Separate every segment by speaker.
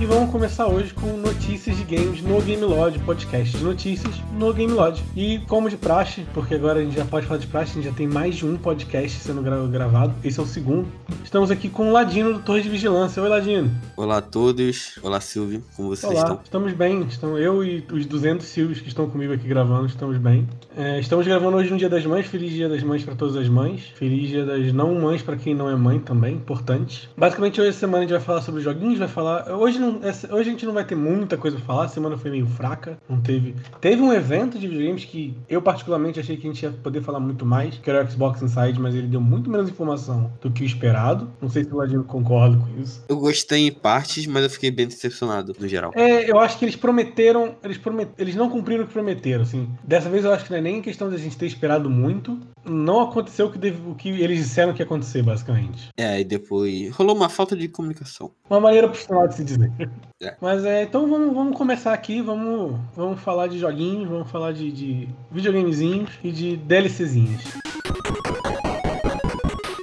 Speaker 1: E vamos começar hoje com notícias de games no Game Lodge, podcast de notícias no Game Lodge. E como de praxe, porque agora a gente já pode falar de praxe, a gente já tem mais de um podcast sendo gra- gravado, esse é o segundo. Estamos aqui com o Ladino do Torre de Vigilância. Oi, Ladino.
Speaker 2: Olá a todos, olá Silvio, como vocês
Speaker 1: Olá,
Speaker 2: estão?
Speaker 1: estamos bem. Estão eu e os 200 Silvios que estão comigo aqui gravando, estamos bem. É, estamos gravando hoje no Dia das Mães. Feliz Dia das Mães para todas as mães. Feliz Dia das não mães para quem não é mãe também, importante. Basicamente, hoje essa semana a gente vai falar sobre joguinhos, vai falar. Hoje, não, essa- hoje a gente não vai ter muita coisa pra falar. A semana foi meio fraca, não teve. Teve um evento de videogames que eu particularmente achei que a gente ia poder falar muito mais, que era o Xbox Inside, mas ele deu muito menos informação do que o esperado. Não sei se o Ladino concorda com isso.
Speaker 2: Eu gostei em partes, mas eu fiquei bem decepcionado no geral.
Speaker 1: É, eu acho que eles prometeram, eles promet, eles não cumpriram o que prometeram, assim. Dessa vez eu acho que não é nem questão da gente ter esperado muito. Não aconteceu o que, deve- o que eles disseram que ia acontecer, basicamente.
Speaker 2: É, e depois rolou uma falta de comunicação.
Speaker 1: Uma maneira profissional de se dizer.
Speaker 2: É.
Speaker 1: Mas é, então vamos, vamos começar aqui, vamos, vamos falar de joguinhos, vamos falar de, de videogamezinhos e de DLCzinhos.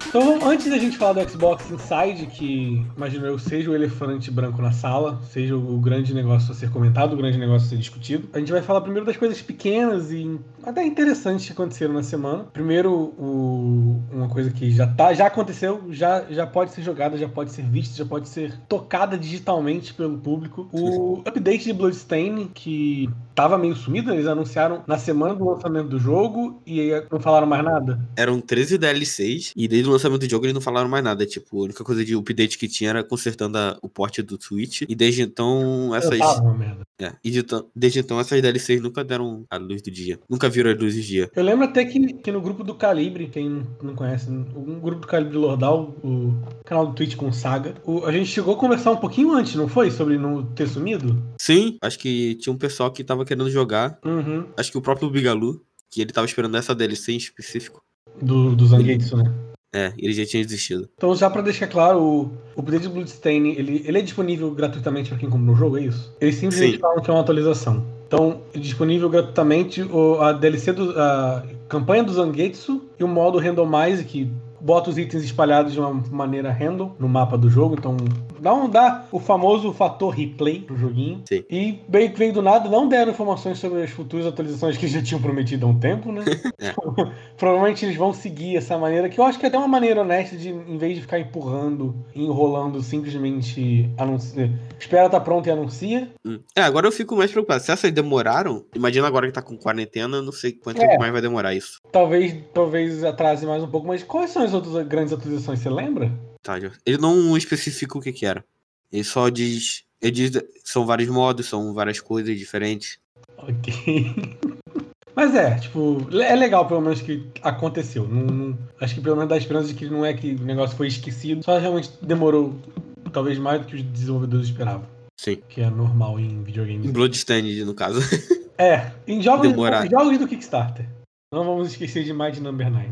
Speaker 1: Então, vamos- antes da gente falar do Xbox Inside, que imagino eu seja o elefante branco na sala, seja o grande negócio a ser comentado, o grande negócio a ser discutido, a gente vai falar primeiro das coisas pequenas e até interessantes que aconteceram na semana. Primeiro, o- uma coisa que já, tá, já aconteceu, já, já pode ser jogada, já pode ser vista, já pode ser tocada digitalmente pelo público. O update de Bloodstain, que tava meio sumido, eles anunciaram na semana do lançamento do jogo e aí não falaram mais nada.
Speaker 2: Eram 13 DLCs, e desde o lançamento do jogo eles não falaram mais nada. Tipo, a única coisa de update que tinha era consertando a- o porte do Switch, e desde então essas.
Speaker 1: Eu tava uma merda.
Speaker 2: é, e de tão- desde então essas DLCs nunca deram a luz do dia. Nunca viram a luz do dia.
Speaker 1: Eu lembro até que, que no grupo do Calibre, quem não conhece, um grupo do Calibre Lordal, o canal do Twitch com Saga, o- a gente chegou a conversar um pouquinho antes, não foi? Sobre não ter sumido?
Speaker 2: Sim, acho que tinha um pessoal que tava querendo jogar.
Speaker 1: Uhum.
Speaker 2: Acho que o próprio Bigalu, que ele tava esperando essa DLC em específico.
Speaker 1: Do, do Zangetsu, né?
Speaker 2: É, ele já tinha desistido.
Speaker 1: Então, já pra deixar claro, o, o update de Bloodstain, ele, ele é disponível gratuitamente pra quem comprou o jogo, é isso? Eles simplesmente
Speaker 2: Sim.
Speaker 1: falam que é uma atualização. Então, disponível gratuitamente o, a DLC do. a campanha do Zangetsu e o modo randomize, que bota os itens espalhados de uma maneira random no mapa do jogo. Então, dá, um, dá o famoso fator replay pro joguinho.
Speaker 2: Sim.
Speaker 1: E meio que veio do nada, não deram informações sobre as futuras atualizações que eles já tinham prometido há um tempo, né?
Speaker 2: É.
Speaker 1: Provavelmente eles vão seguir essa maneira, que eu acho que é até uma maneira honesta de, em vez de ficar empurrando, enrolando, simplesmente anuncia. Espera tá pronto e anuncia.
Speaker 2: Hum. É, agora eu fico mais preocupado. Se essas demoraram, imagina agora que tá com quarentena, eu não sei quanto
Speaker 1: É.
Speaker 2: tempo mais vai demorar isso.
Speaker 1: Talvez, talvez atrase mais um pouco, mas quais são as outras grandes atualizações? Você lembra?
Speaker 2: Tá, já- ele não especifica o que que era. Ele só diz. Ele diz. São vários modos, são várias coisas diferentes.
Speaker 1: Ok. Mas é, tipo, é legal pelo menos que aconteceu. Não- não- acho que pelo menos dá esperança de que não é que o negócio foi esquecido, só realmente demorou talvez mais do que os desenvolvedores esperavam,
Speaker 2: Sim.
Speaker 1: que é normal em videogames.
Speaker 2: Bloodstained, no caso.
Speaker 1: É, em jogos,
Speaker 2: Demorar.
Speaker 1: em jogos do Kickstarter. Não vamos esquecer de Mighty Number 9.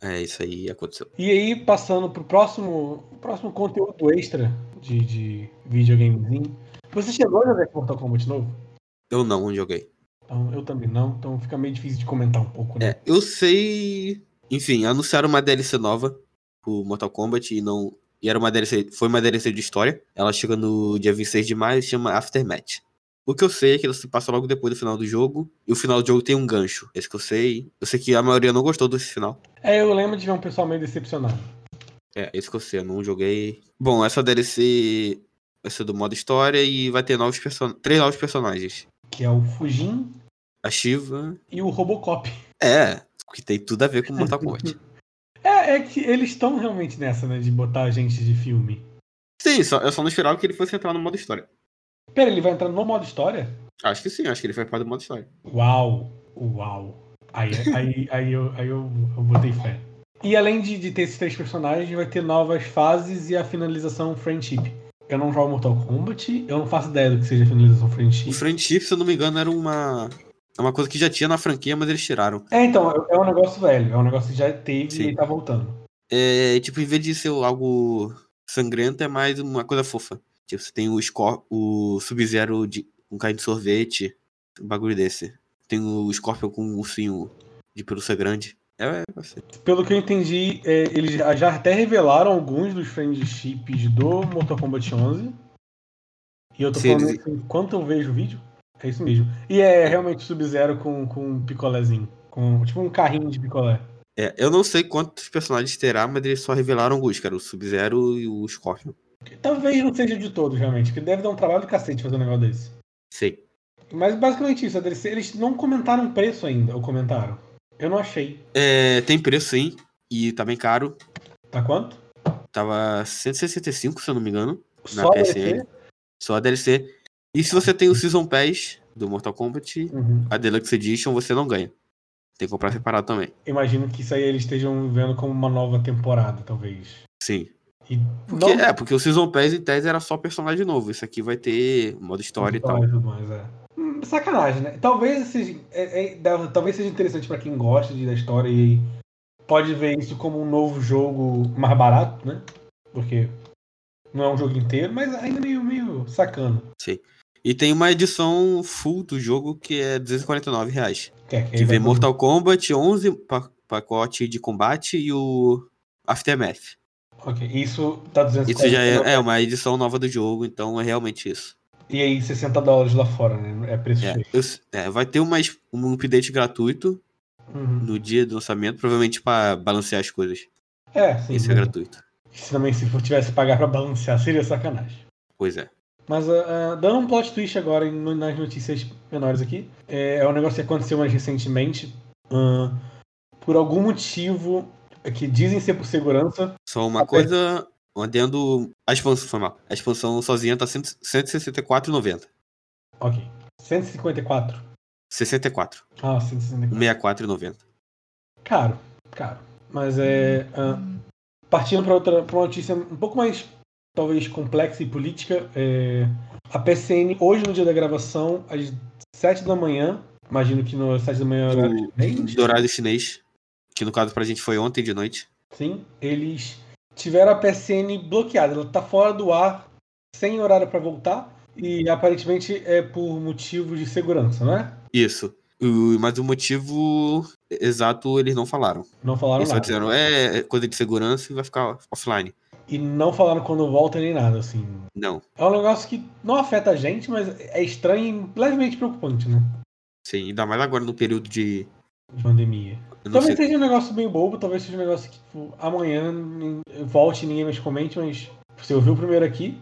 Speaker 2: É, isso aí aconteceu.
Speaker 1: E aí, passando pro próximo, próximo conteúdo extra de, de videogamezinho. Você chegou a jogar Mortal Kombat novo?
Speaker 2: Eu não joguei.
Speaker 1: Então, eu também não, então fica meio difícil de comentar um pouco, né?
Speaker 2: É, eu sei. Enfim, anunciaram uma DLC nova pro Mortal Kombat e não. E era uma DLC. Foi uma DLC de história. Ela chega no dia 26 de maio e chama Aftermath. O que eu sei é que ela se passa logo depois do final do jogo. E o final do jogo tem um gancho. Esse que eu sei. Eu sei que a maioria não gostou desse final.
Speaker 1: É, eu lembro de ver um pessoal meio decepcionado.
Speaker 2: É, esse que eu sei, eu não joguei. Bom, essa DLC vai ser do modo história e vai ter novos person... três novos personagens.
Speaker 1: Que é o Fujin
Speaker 2: A Shiva.
Speaker 1: e o Robocop.
Speaker 2: É, que tem tudo a ver com Mortal Kombat.
Speaker 1: É, é que eles estão realmente nessa, né? De botar gente de filme.
Speaker 2: Sim, só, eu só não esperava que ele fosse entrar no modo história.
Speaker 1: Pera, ele vai entrar no modo história?
Speaker 2: Acho que sim, acho que ele faz parte do modo história.
Speaker 1: Uau! Uau! Aí, aí, aí, eu, aí eu, eu botei fé. E além de, de ter esses três personagens, vai ter novas fases e a finalização Friendship. Eu não jogo Mortal Kombat, eu não faço ideia do que seja a finalização
Speaker 2: O
Speaker 1: Friendship.
Speaker 2: Friendship, se eu não me engano, era uma. É uma coisa que já tinha na franquia, mas eles tiraram.
Speaker 1: É, então, é- é um negócio velho, é um negócio que já teve
Speaker 2: Sim.
Speaker 1: e tá voltando.
Speaker 2: É, tipo, em vez de ser algo sangrento, é mais uma coisa fofa. Tipo, você tem o, Scor- o Sub-Zero de um caindo de sorvete, um bagulho desse. Tem o Scorpion com um ursinho de pelúcia grande. É, é assim.
Speaker 1: Pelo que eu entendi, é, eles já já até revelaram alguns dos friendships do Mortal Kombat 11. E eu tô
Speaker 2: Se
Speaker 1: falando
Speaker 2: eles-
Speaker 1: assim, enquanto eu vejo o vídeo, é isso mesmo. E é realmente Sub-Zero com, com um picolézinho. Com, tipo um carrinho de picolé.
Speaker 2: É, eu não sei quantos personagens terá, mas eles só revelaram alguns, cara. O Sub-Zero e o Scorpion.
Speaker 1: Talvez não seja de todos, realmente, que deve dar um trabalho do cacete fazer um negócio desse.
Speaker 2: Sei.
Speaker 1: Mas basicamente isso, a DLC, eles não comentaram preço ainda, ou comentaram. Eu não achei.
Speaker 2: É, tem preço sim, e tá bem caro.
Speaker 1: Tá quanto?
Speaker 2: Tava 165, se eu não me engano, na
Speaker 1: a
Speaker 2: PSN. Só a DLC. E se você tem o Season Pass do Mortal Kombat,
Speaker 1: Uhum.
Speaker 2: a Deluxe Edition você não ganha. Tem que comprar separado também.
Speaker 1: Imagino que isso aí eles estejam vendo como uma nova temporada, talvez.
Speaker 2: Sim.
Speaker 1: E
Speaker 2: Porque, É, porque o Season Pass em tese era só personagem novo. Isso aqui vai ter modo história e tal.
Speaker 1: História e tudo mais, é. Hum, Sacanagem, né? Talvez seja, é- é- dá- talvez seja interessante pra quem gosta de, da história e pode ver isso como um novo jogo mais barato, né? Porque não é um jogo inteiro, mas ainda meio, meio sacana.
Speaker 2: E tem uma edição full do jogo que é R$ 249 reais.
Speaker 1: Que, é- que
Speaker 2: Que
Speaker 1: aí vai
Speaker 2: vem
Speaker 1: ter-
Speaker 2: Mortal Kombat, 11 pa- pacote de combate e o Aftermath.
Speaker 1: Ok, isso tá 240.
Speaker 2: Isso já é, é uma edição nova do jogo, então é realmente isso.
Speaker 1: E aí 60 dólares lá fora, né? É preço
Speaker 2: É,
Speaker 1: cheio.
Speaker 2: eu s- é, vai ter uma, es- um update gratuito
Speaker 1: Uhum.
Speaker 2: no dia do lançamento, provavelmente pra balancear as coisas.
Speaker 1: É, sim.
Speaker 2: Isso é
Speaker 1: mas-
Speaker 2: gratuito.
Speaker 1: Se também se for- tivesse que pagar pra balancear, seria sacanagem.
Speaker 2: Pois é.
Speaker 1: Mas ah, ah, dando um plot twist agora em- no- nas notícias menores aqui, é, é um negócio que aconteceu mais recentemente. ah, por algum motivo, é que dizem ser por segurança,
Speaker 2: Só uma
Speaker 1: Tá
Speaker 2: coisa, andando. A expansão foi mal. A expansão sozinha tá 100 164,90.
Speaker 1: ok, 154.
Speaker 2: 64.
Speaker 1: Ah, 154.
Speaker 2: 64,90.
Speaker 1: Caro, caro. Mas é. ah, partindo para outra pra uma notícia um pouco mais, talvez, complexa e política, é, a PCN, hoje no dia da gravação, às 7 da manhã, imagino que no 7 da manhã é horário
Speaker 2: Do,
Speaker 1: chinês,
Speaker 2: do horário chinês. Que no caso pra gente foi ontem de noite.
Speaker 1: sim, eles tiveram a PCN bloqueada. Ela está fora do ar, sem horário para voltar, e aparentemente é por motivos de segurança, não é?
Speaker 2: Isso. O- Mas o motivo exato eles não falaram.
Speaker 1: Não falaram
Speaker 2: Eles só
Speaker 1: nada.
Speaker 2: disseram, é é coisa de segurança e vai ficar offline.
Speaker 1: E não falaram quando volta nem nada, assim.
Speaker 2: Não.
Speaker 1: É um negócio que não afeta a gente, mas é estranho e levemente preocupante, né?
Speaker 2: Sim, ainda mais agora no período de.
Speaker 1: De pandemia.
Speaker 2: Eu não
Speaker 1: talvez
Speaker 2: sei.
Speaker 1: seja um negócio bem bobo, talvez seja um negócio que tipo, amanhã nin- volte e ninguém mais comente, mas você ouviu primeiro aqui.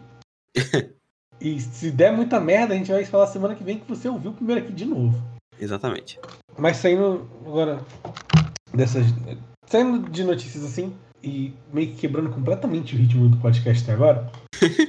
Speaker 1: e se der muita merda, a gente vai falar semana que vem que você ouviu primeiro aqui de novo.
Speaker 2: Exatamente.
Speaker 1: Mas saindo agora dessas. Saindo de notícias assim e meio que quebrando completamente o ritmo do podcast até agora.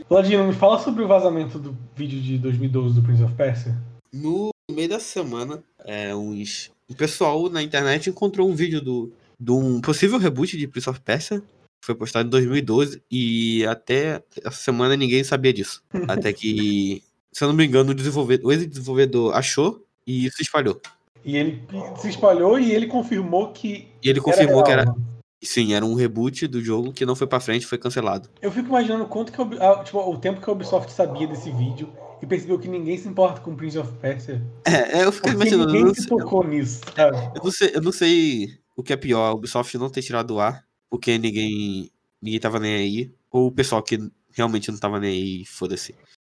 Speaker 1: Ladino, me fala sobre o vazamento do vídeo de 2012 do Prince of Persia.
Speaker 2: No meio da semana, é, uns. O pessoal na internet encontrou um vídeo do de um possível reboot de Prince of Persia. Foi postado em 2012 e até essa semana ninguém sabia disso. Até que, se eu não me engano, o, desenvolvedor, o ex-desenvolvedor achou e isso espalhou.
Speaker 1: E ele se espalhou e ele confirmou que.
Speaker 2: E ele confirmou
Speaker 1: real,
Speaker 2: que era
Speaker 1: né?
Speaker 2: Sim, era um reboot do jogo que não foi pra frente, foi cancelado.
Speaker 1: Eu fico imaginando quanto que a Ubi- a- tipo, o tempo que a Ubisoft sabia desse vídeo e percebeu que ninguém se importa com Prince of Persia.
Speaker 2: É, é, eu fiquei
Speaker 1: Porque
Speaker 2: imaginando. Eu
Speaker 1: ninguém
Speaker 2: não,
Speaker 1: se
Speaker 2: sei,
Speaker 1: tocou nisso, sabe?
Speaker 2: eu não sei- eu não sei o que é pior, a Ubisoft não ter tirado do ar, porque ninguém. ninguém tava nem aí. Ou o pessoal que realmente não tava nem aí, foda-se.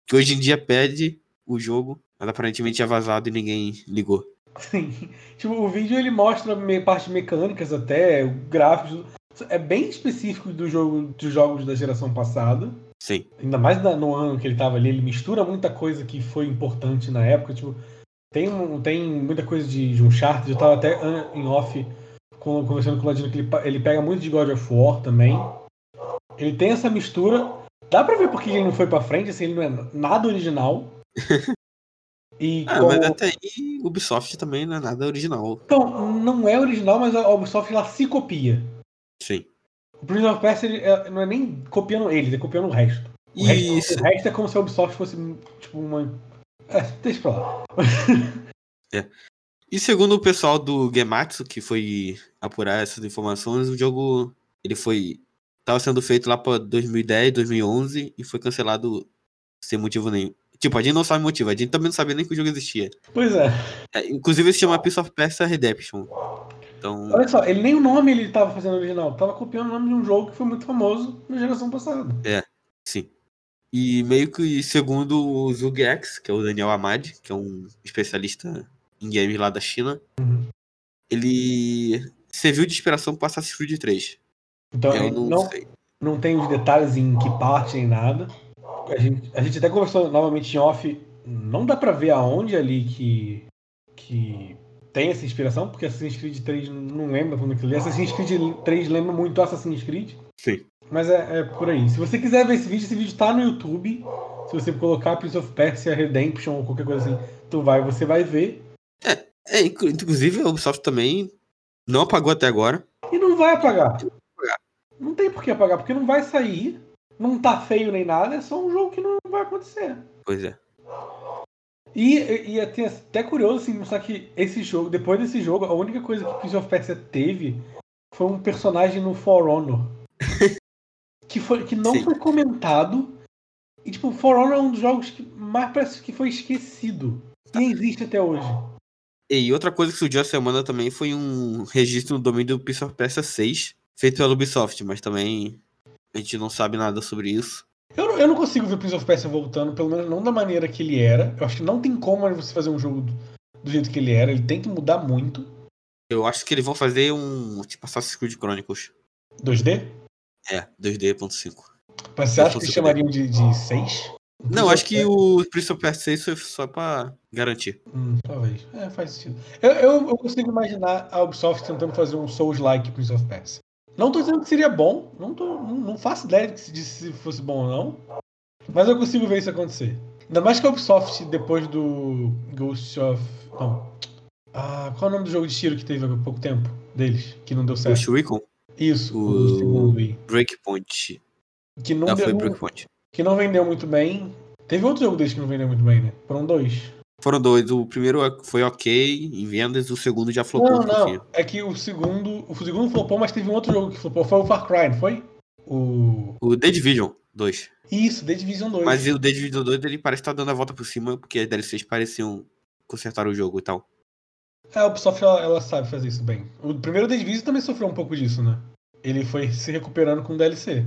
Speaker 2: Que hoje em dia pede o jogo, mas aparentemente é vazado e ninguém ligou.
Speaker 1: Sim. Tipo, o vídeo ele mostra me- partes mecânicas até, gráficos. É bem específico do jogo, dos jogos da geração passada.
Speaker 2: Sim.
Speaker 1: Ainda mais na- no ano que ele tava ali, ele mistura muita coisa que foi importante na época. Tipo, tem, um- tem muita coisa de, de um chart. Eu tava até an- em off com- conversando com o Ladino que ele, pa- ele pega muito de God of War também. Ele tem essa mistura. Dá pra ver porque ele não foi pra frente, assim, ele não é nada original. E
Speaker 2: Ah,
Speaker 1: como-
Speaker 2: mas até aí Ubisoft também não é nada original.
Speaker 1: então, não é original, mas a Ubisoft ela se copia.
Speaker 2: Sim.
Speaker 1: O Prince of Persia ele, é- não é nem copiando eles, é copiando o resto. O,
Speaker 2: E
Speaker 1: resto. o resto é como se a Ubisoft fosse tipo uma. É, deixa pra lá.
Speaker 2: E segundo o pessoal do Gematsu, que foi apurar essas informações, o jogo ele foi tava sendo feito lá para 2010, 2011 e foi cancelado sem motivo nenhum. Tipo, a gente não sabe o motivo, a gente também não sabia nem que o jogo existia.
Speaker 1: Pois é.
Speaker 2: É, inclusive se chama Prince of Persia Redemption. Então,
Speaker 1: Olha só, ele nem o nome ele tava fazendo original, tava copiando o nome de um jogo que foi muito famoso na geração passada.
Speaker 2: sim. E meio que segundo o Zugex, que é o Daniel Amad, que é um especialista em games lá da China,
Speaker 1: Uhum.
Speaker 2: ele serviu de inspiração pro Assassin's Creed 3.
Speaker 1: Então,
Speaker 2: eu não,
Speaker 1: não, não,
Speaker 2: sei.
Speaker 1: tem os detalhes em que parte nem nada. A gente, a gente até conversou novamente em off. Não dá pra ver aonde é ali que, que tem essa inspiração, porque Assassin's Creed 3 não lembra como que ele é. Assassin's Creed 3 lembra muito Assassin's Creed.
Speaker 2: Sim.
Speaker 1: Mas é, é por aí. Se você quiser ver esse vídeo, esse vídeo tá no YouTube. Se você colocar Prince of Persia Redemption ou qualquer coisa assim, tu vai, você vai ver.
Speaker 2: É, inclu- inclusive a Ubisoft também não apagou até agora.
Speaker 1: E não vai apagar.
Speaker 2: apagar.
Speaker 1: Não tem por que apagar, porque não vai sair. Não tá feio nem nada, é só um jogo que não vai acontecer.
Speaker 2: Pois é.
Speaker 1: E, e, e até, até curioso, assim, mostrar que esse jogo, depois desse jogo, a única coisa que Prince of Persia teve foi um personagem no For Honor. que, foi, que não
Speaker 2: Sim.
Speaker 1: foi comentado. E, tipo, For Honor é um dos jogos que mais parece que foi esquecido.
Speaker 2: Tá.
Speaker 1: Nem existe até hoje.
Speaker 2: E outra coisa que surgiu a semana também foi um registro no domínio do Prince of Persia 6, feito pela Ubisoft, mas também a gente não sabe nada sobre isso.
Speaker 1: Eu, não- eu não consigo ver Prince of Persia voltando, pelo menos não da maneira que ele era. Eu acho que não tem como você fazer um jogo do, do jeito que ele era. Ele tem que mudar muito.
Speaker 2: Eu acho que eles vão fazer um tipo Assassin's Creed Chronicles.
Speaker 1: 2D?
Speaker 2: É, 2D.5.
Speaker 1: Mas você acha que
Speaker 2: Eu
Speaker 1: eles
Speaker 2: consigo
Speaker 1: chamariam de, de 6?
Speaker 2: Não, acho que o Prince of Persia 6 foi só pra garantir.
Speaker 1: Hum, talvez. É, faz sentido. Eu, eu, eu consigo imaginar a Ubisoft tentando fazer um Souls-like Prince of Persia. Não tô dizendo que seria bom, não, tô, não, não faço ideia de se- de se fosse bom ou não, mas eu consigo ver isso acontecer. Ainda mais que a Ubisoft, depois do Ghost of... Não. Ah, qual é o nome do jogo de tiro que teve há pouco tempo deles, que não deu
Speaker 2: O
Speaker 1: certo?
Speaker 2: Shurikon,
Speaker 1: Isso, o
Speaker 2: O-
Speaker 1: segundo aí.
Speaker 2: Breakpoint.
Speaker 1: Que não,
Speaker 2: Não, foi
Speaker 1: deu,
Speaker 2: Breakpoint.
Speaker 1: que não vendeu muito bem. Teve outro jogo deles que não vendeu muito bem, né? Foram dois.
Speaker 2: Foram dois. O primeiro é, foi ok em vendas, o segundo já flopou
Speaker 1: Não,
Speaker 2: um pouquinho.
Speaker 1: não. É que o segundo. O segundo flopou, mas teve um outro jogo que flopou. Foi o Far Cry, não foi? O.
Speaker 2: O The Division 2.
Speaker 1: Isso, The Division 2.
Speaker 2: Mas o The Division 2 ele parece estar dando a volta por cima, porque as DLCs pareciam consertar o jogo e tal.
Speaker 1: É, A Ubisoft ela, ela sabe fazer isso bem. O primeiro The Division também sofreu um pouco disso, né? Ele foi se recuperando com o DLC.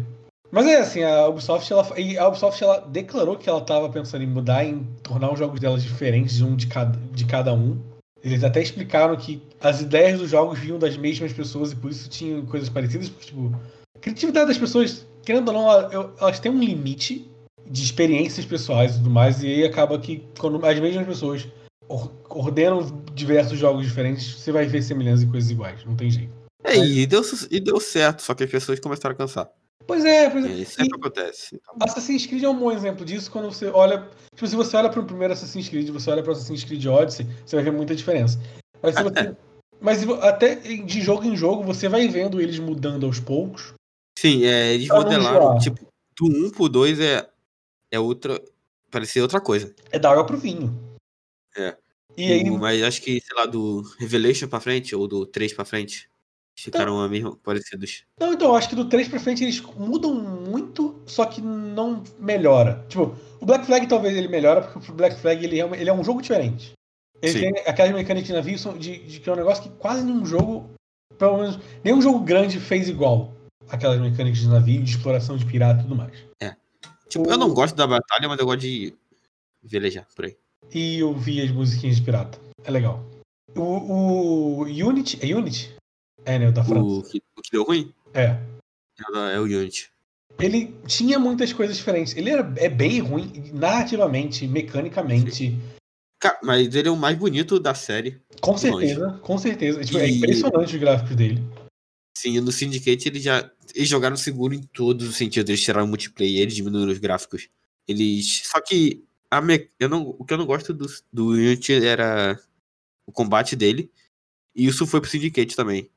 Speaker 1: Mas é assim, a Ubisoft, ela, e a Ubisoft ela declarou que ela estava pensando em mudar, em tornar os jogos delas diferentes, um de cada, de cada um. Eles até explicaram que as ideias dos jogos vinham das mesmas pessoas e por isso tinham coisas parecidas. porque, Tipo, a criatividade das pessoas, querendo ou não, ela- eu- elas têm um limite de experiências pessoais e tudo mais, e aí acaba que quando as mesmas pessoas or- ordenam diversos jogos diferentes, você vai ver semelhanças e coisas iguais, não tem jeito.
Speaker 2: É, e, deu, su- e deu certo, só que as pessoas começaram a cansar.
Speaker 1: Pois é, pois é.
Speaker 2: É, isso
Speaker 1: E
Speaker 2: sempre acontece.
Speaker 1: Assassin's Creed é um bom exemplo disso quando você olha. Tipo, se você olha para o primeiro Assassin's Creed, você olha para Assassin's Creed Odyssey, você vai ver muita diferença. Mas, se você- mas se vo- até de jogo em jogo, você vai vendo eles mudando aos poucos.
Speaker 2: Sim, é, eles
Speaker 1: Pra não
Speaker 2: modelaram,
Speaker 1: enjoar.
Speaker 2: tipo, do 1 pro 2 é, é outra. Parecia outra coisa.
Speaker 1: É da água pro vinho.
Speaker 2: É.
Speaker 1: E aí,
Speaker 2: O- mas acho que, sei lá, do Revelation pra frente, ou do 3 pra frente,
Speaker 1: Então,
Speaker 2: ficaram a mesma, parecidos.
Speaker 1: Não, então, eu acho que do 3 pra frente eles mudam muito, só que não melhora. Tipo, o Black Flag talvez ele melhora, porque o Black Flag ele é, uma- ele é um jogo diferente. Ele
Speaker 2: Sim.
Speaker 1: tem aquelas mecânicas de navio são- de, de que é um negócio que quase nenhum jogo, pelo menos, nenhum jogo grande fez igual. Aquelas mecânicas de navio, de exploração de pirata e tudo mais.
Speaker 2: Tipo, eu não gosto da batalha, mas eu gosto de velejar por aí.
Speaker 1: E eu vi as musiquinhas de pirata. É legal. O, o Unity. É Unity? É, né? O da França.
Speaker 2: O que, o que deu ruim
Speaker 1: É.
Speaker 2: é é o Unity.
Speaker 1: ele tinha muitas coisas diferentes. Ele era, é bem ruim narrativamente, mecanicamente,
Speaker 2: Ca- Mas ele é o mais bonito da série.
Speaker 1: com
Speaker 2: Longe.
Speaker 1: certeza, com certeza. Tipo, É
Speaker 2: E-
Speaker 1: impressionante os gráficos dele.
Speaker 2: Sim, no Syndicate eles já eles jogaram seguro em todos os sentidos. Eles tiraram o multiplayer, eles diminuíram os gráficos. Eles. Só que a me... eu não... o que eu não gosto do, do Unity era o combate dele. E isso foi pro Syndicate também.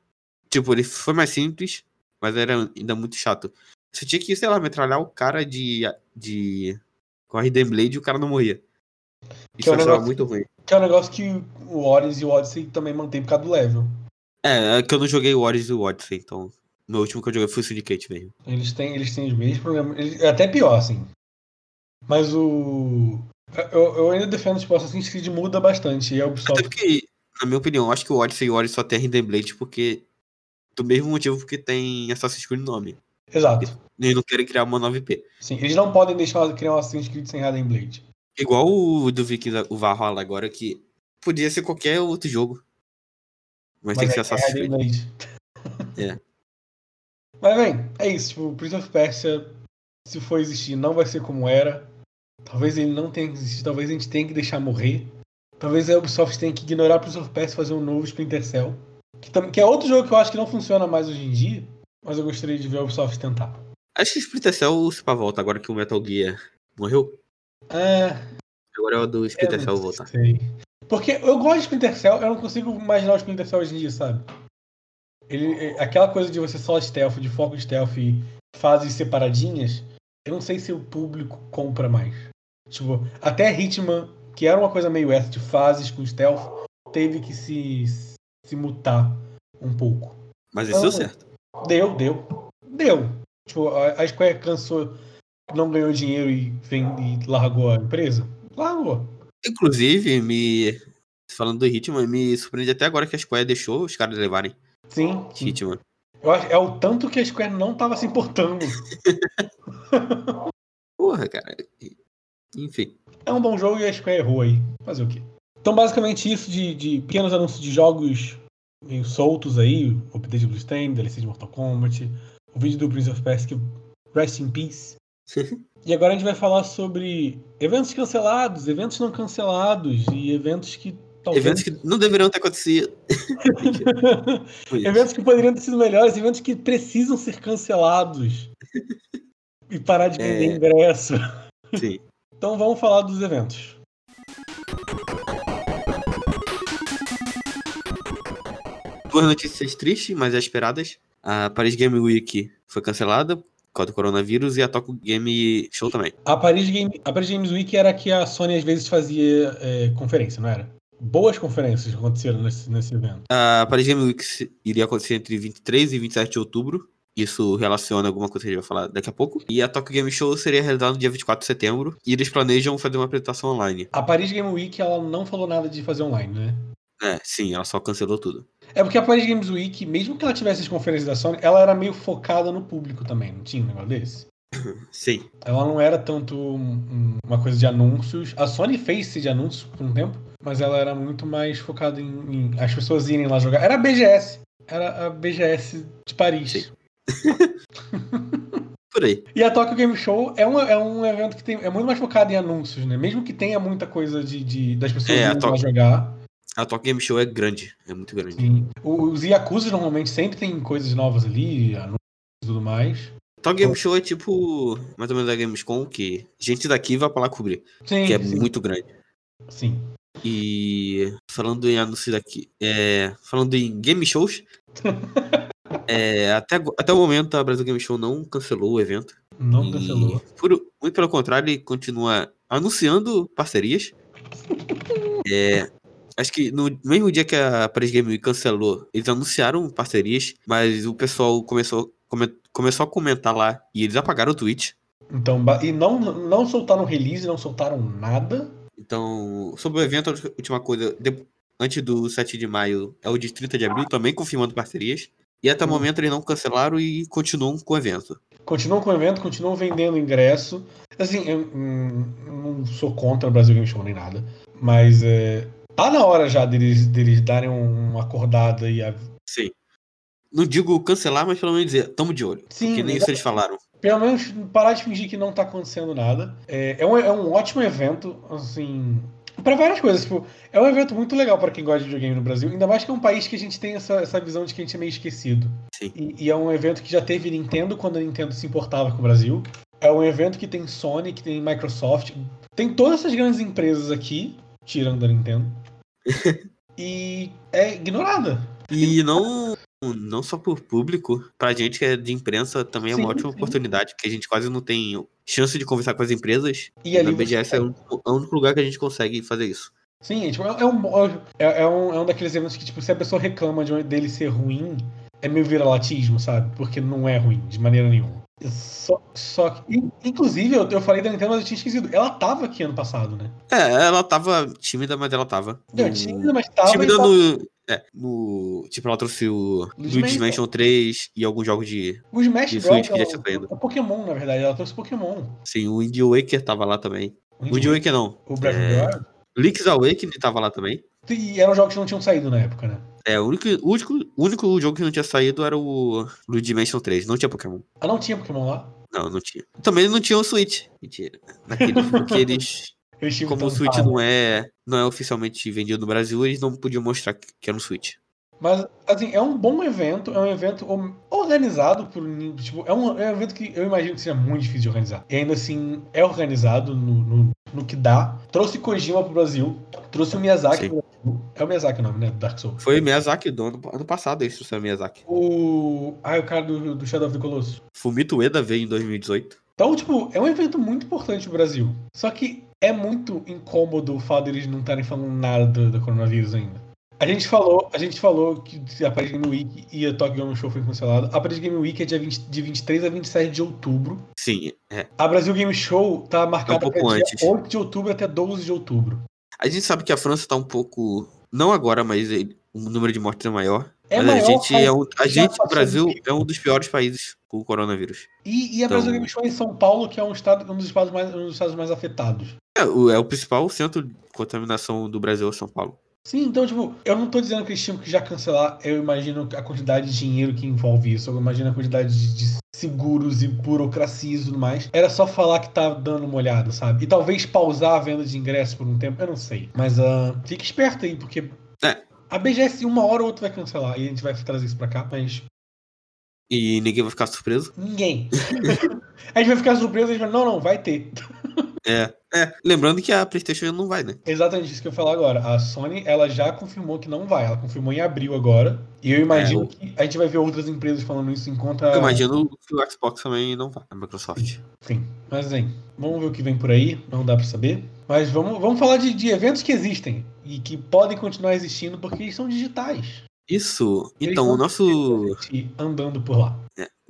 Speaker 2: Tipo, ele foi mais simples, mas era ainda muito chato. Você tinha que, sei lá, metralhar o cara de. de... com a Hidden Blade e o cara não morria.
Speaker 1: Que
Speaker 2: Isso
Speaker 1: é
Speaker 2: eu
Speaker 1: um
Speaker 2: achava
Speaker 1: negócio-
Speaker 2: muito ruim.
Speaker 1: Que é um negócio que o Origins e o Odyssey também mantém por causa do level.
Speaker 2: É, é que eu não joguei o Origins e o Odyssey, então. Meu último que eu joguei foi o Syndicate mesmo.
Speaker 1: Eles têm, eles têm os mesmos problemas. Eles- é até pior, assim. Mas o. Eu, eu ainda defendo, tipo, Assassin's Creed muda bastante. E a
Speaker 2: Até
Speaker 1: Ubisoft.
Speaker 2: porque, na minha opinião, eu acho que o Odyssey e o Odyssey só tem Hidden Blade porque. Do mesmo motivo porque tem Assassin's Creed no nome.
Speaker 1: Exato.
Speaker 2: Eles não querem criar uma nova IP.
Speaker 1: Sim, eles não podem deixar criar um Assassin's Creed sem Raiden Blade.
Speaker 2: Igual o do Vikings, o Valhalla agora, que podia ser qualquer outro jogo. Mas, tem que ser
Speaker 1: é
Speaker 2: Assassin's Creed.
Speaker 1: Blade.
Speaker 2: É.
Speaker 1: Mas bem, é isso. Tipo, o Prince of Persia, se for existir, não vai ser como era. Talvez ele não tenha que existir, talvez a gente tenha que deixar morrer. Talvez a Ubisoft tenha que ignorar o Prince of Persia e fazer um novo Splinter Cell. Que, tam- que é outro jogo que eu acho que não funciona mais hoje em dia, mas eu gostaria de ver a Ubisoft tentar.
Speaker 2: Acho que o Splinter Cell se pá volta agora que o Metal Gear morreu.
Speaker 1: É,
Speaker 2: Agora é o do
Speaker 1: eu
Speaker 2: Splinter
Speaker 1: não
Speaker 2: Cell voltar.
Speaker 1: sei. Porque eu gosto de Splinter Cell, eu não consigo imaginar o Splinter Cell hoje em dia, sabe? Ele, é- aquela coisa de você só stealth, de foco stealth e fases separadinhas, eu não sei se o público compra mais. Tipo, até Hitman, que era uma coisa meio essa de fases com stealth, teve que se, se mutar um pouco.
Speaker 2: Mas isso deu
Speaker 1: Então,
Speaker 2: certo.
Speaker 1: Deu, deu. Deu. Tipo, a a Square cansou, não ganhou dinheiro e, vem, e largou a empresa? Largou.
Speaker 2: Inclusive, me. Falando do Hitman, me surpreende até agora que a Square deixou os caras levarem
Speaker 1: Sim. sim.
Speaker 2: Hitman.
Speaker 1: Eu acho, é o tanto que a Square não tava se importando.
Speaker 2: Porra, cara. Enfim.
Speaker 1: É um bom jogo e a Square errou aí. Fazer o quê? Então, basicamente, isso de, de pequenos anúncios de jogos meio soltos aí, o update do Steam, DLC de Mortal Kombat, o vídeo do Prince of Persia, que Rest in Peace. e agora a gente vai falar sobre eventos cancelados, eventos não cancelados e eventos que talvez
Speaker 2: Eventos que não deveriam ter acontecido. Foi isso.
Speaker 1: Eventos que poderiam ter sido melhores, eventos que precisam ser cancelados e parar de vender
Speaker 2: É.
Speaker 1: ingresso.
Speaker 2: Sim.
Speaker 1: Então vamos falar dos eventos.
Speaker 2: Duas notícias tristes, mas já esperadas. A Paris Game Week foi cancelada por causa do coronavírus e a Tokyo Game Show também.
Speaker 1: A Paris, Game, a Paris Games Week era que a Sony às vezes fazia é, conferência, não era? Boas conferências aconteceram nesse, nesse evento.
Speaker 2: A Paris Game Week se- iria acontecer entre 23 e 27 de outubro. Isso relaciona alguma coisa que a gente vai falar daqui a pouco. E a Tokyo Game Show seria realizada no dia 24 de setembro. E eles planejam fazer uma apresentação online.
Speaker 1: A Paris Game Week ela não falou nada de fazer online, né?
Speaker 2: É, sim, ela só cancelou tudo.
Speaker 1: É porque a Paris Games Week, mesmo que ela tivesse as conferências da Sony, ela era meio focada no público também, não tinha um negócio desse?
Speaker 2: Sim.
Speaker 1: Ela não era tanto um- um- uma coisa de anúncios. A Sony fez-se de anúncios por um tempo, mas ela era muito mais focada em, em as pessoas irem lá jogar. Era a BGS. Era a BGS de Paris.
Speaker 2: Sim. Por aí.
Speaker 1: E a Tokyo Game Show é, uma, é um evento que tem, é muito mais focado em anúncios, né? Mesmo que tenha muita coisa de, de- das pessoas
Speaker 2: É, a
Speaker 1: irem lá
Speaker 2: Tok-
Speaker 1: jogar.
Speaker 2: A Tokyo Game Show é grande. É muito grande.
Speaker 1: Sim. O- Os Yakuza normalmente sempre tem coisas novas ali, anúncios e tudo mais.
Speaker 2: Tokyo Game Show é tipo mais ou menos a Gamescom, que gente daqui vai pra lá cobrir.
Speaker 1: Sim,
Speaker 2: Que é
Speaker 1: sim,
Speaker 2: muito grande.
Speaker 1: sim.
Speaker 2: E falando em anúncios aqui, é, falando em game shows, é, até, ago- até o momento a Brasil Game Show não cancelou o evento.
Speaker 1: Não
Speaker 2: E,
Speaker 1: cancelou.
Speaker 2: por- muito pelo contrário, ele continua anunciando parcerias. É, acho que no mesmo dia que a Paris Game Week cancelou, eles anunciaram parcerias, mas o pessoal começou, come- começou a comentar lá e eles apagaram o tweet.
Speaker 1: Então, ba- e não, não soltaram release, não soltaram nada.
Speaker 2: Então, sobre o evento, a última coisa, de- antes do 7 de maio, é o de 30 de abril, também confirmando parcerias. E até o
Speaker 1: Hum.
Speaker 2: momento eles não cancelaram e continuam com o evento.
Speaker 1: continuam com o evento, continuam vendendo ingresso. Assim, eu hum, não sou contra o Brasil Game Show nem nada, mas é, tá na hora já deles, deles darem um, uma acordada e a...
Speaker 2: Sim. Não digo cancelar, mas pelo menos dizer, tamo de olho.
Speaker 1: Sim,
Speaker 2: que nem isso eles falaram.
Speaker 1: pelo menos parar de fingir que não tá acontecendo nada. É, é um, é um ótimo evento, assim, para várias coisas. Tipo, é um evento muito legal para quem gosta de videogame no Brasil, ainda mais que é um país que a gente tem essa, essa visão de que a gente é meio esquecido.
Speaker 2: Sim.
Speaker 1: E, e é um evento que já teve Nintendo quando a Nintendo se importava com o Brasil. É um evento que tem Sony, que tem Microsoft, tem todas essas grandes empresas aqui, tirando a Nintendo. e é ignorada.
Speaker 2: E não, não só por público, pra gente que é de imprensa também é uma
Speaker 1: Sim,
Speaker 2: ótima
Speaker 1: sim.
Speaker 2: oportunidade, porque a gente quase não tem chance de conversar com as empresas.
Speaker 1: E
Speaker 2: E
Speaker 1: ali
Speaker 2: na
Speaker 1: você- tá.
Speaker 2: BGS é o único- é o único lugar que a gente consegue fazer isso.
Speaker 1: Sim, é, tipo, é, é um, é, é um, é um daqueles eventos que, tipo, se a pessoa reclama de um, dele ser ruim, é meio vira-latismo, sabe? Porque não é ruim, de maneira nenhuma. Só, só que. Inclusive, eu, eu falei da Nintendo, mas eu tinha esquecido. Ela tava aqui ano passado, né?
Speaker 2: É, ela tava tímida, mas ela tava.
Speaker 1: Não,
Speaker 2: No-
Speaker 1: tímida, mas tava.
Speaker 2: tímida
Speaker 1: e tava-
Speaker 2: no. Tipo, É, no. Tipo, ela trouxe o
Speaker 1: Luigi's
Speaker 2: Luigi's
Speaker 1: Mansion.
Speaker 2: Mansion 3 e alguns jogos de.
Speaker 1: O Smash
Speaker 2: Isso,
Speaker 1: Bros.
Speaker 2: que já
Speaker 1: ela-
Speaker 2: tinha saído.
Speaker 1: É Pokémon, na verdade. Ela trouxe Pokémon.
Speaker 2: Sim, o Wind Waker tava lá também. O Wind Waker não.
Speaker 1: O Breath of
Speaker 2: É.
Speaker 1: the Wild.
Speaker 2: Link's Awakening tava lá também.
Speaker 1: E eram jogos que não tinham saído na época, né?
Speaker 2: É, o único, o único, o único jogo que não tinha saído era o Luigi's Mansion 3. Não tinha Pokémon.
Speaker 1: Ah, não tinha Pokémon lá?
Speaker 2: Não, não tinha. Também não tinha o Switch. Mentira. Naquele, porque eles.
Speaker 1: Eles tinham
Speaker 2: Como o
Speaker 1: tentado.
Speaker 2: Switch não é, não é oficialmente vendido no Brasil, eles não podiam mostrar que que era um Switch.
Speaker 1: Mas, assim, é um bom evento, é um evento om- organizado por. nin- Tipo, é um, é um evento que eu imagino que seja muito difícil de organizar. E ainda assim, é organizado no, no, no que dá. Trouxe Kojima pro Brasil, trouxe o Miyazaki
Speaker 2: Sim.
Speaker 1: pro Brasil. É o Miyazaki o nome, né? Do Dark Souls.
Speaker 2: Foi Miyazaki do ano, ano passado, isso foi Miyazaki.
Speaker 1: O. Ah, o cara do, do Shadow of the Colossus.
Speaker 2: Fumito Ueda veio em 2018.
Speaker 1: Então, tipo, é um evento muito importante pro Brasil. Só que é muito incômodo o fato deles não estarem falando nada do, do coronavírus ainda. A gente falou, a gente falou que a Paris Game Week e a Tokyo Game Show foi cancelada. A Paris Game Week é dia 20 de 23 a 27 de outubro.
Speaker 2: Sim, é.
Speaker 1: A Brasil Game Show tá marcada
Speaker 2: um pouco
Speaker 1: pra
Speaker 2: antes.
Speaker 1: dia 8 de outubro até 12 de outubro.
Speaker 2: A gente sabe que a França tá um pouco. Não agora, mas ele- o número de mortes é maior.
Speaker 1: É
Speaker 2: mas
Speaker 1: maior,
Speaker 2: a gente,
Speaker 1: mas-
Speaker 2: é um, a
Speaker 1: já
Speaker 2: gente
Speaker 1: passou
Speaker 2: o
Speaker 1: do
Speaker 2: Brasil, é um dos piores países com o coronavírus.
Speaker 1: e, e a
Speaker 2: Então-
Speaker 1: Brasil Game Show é em São Paulo, que é um, estado, um, dos estados mais, um dos estados mais afetados.
Speaker 2: É o, é o principal centro de contaminação do Brasil, é São Paulo.
Speaker 1: Sim, então, tipo, eu não tô dizendo que eles tinham que já cancelar, eu imagino a quantidade de dinheiro que envolve isso, eu imagino a quantidade de, de seguros e burocracias e tudo mais. Era só falar que tá dando uma olhada, sabe? E talvez pausar a venda de ingressos por um tempo, eu não sei. Mas ah, fique esperto aí, porque
Speaker 2: É.
Speaker 1: a BGS uma hora ou outra vai cancelar e a gente vai trazer isso pra cá, mas
Speaker 2: E ninguém vai ficar surpreso.
Speaker 1: ninguém. a gente vai ficar surpreso e a gente vai, não, não, vai ter.
Speaker 2: É. É. Lembrando que a PlayStation não vai, né?
Speaker 1: Exatamente isso que eu ia falar agora. A Sony, ela já confirmou que não vai. Ela confirmou em abril agora. E eu imagino
Speaker 2: É, eu-
Speaker 1: que a gente vai ver outras empresas falando isso enquanto a...
Speaker 2: Eu imagino que o Xbox também não vai. A Microsoft.
Speaker 1: Enfim, mas bem, vamos ver o que vem por aí. Não dá pra saber. Mas vamos, vamos falar de, de eventos que existem e que podem continuar existindo porque eles são digitais.
Speaker 2: Isso.
Speaker 1: Eles
Speaker 2: Então,
Speaker 1: vão
Speaker 2: o nosso,
Speaker 1: E andando por lá.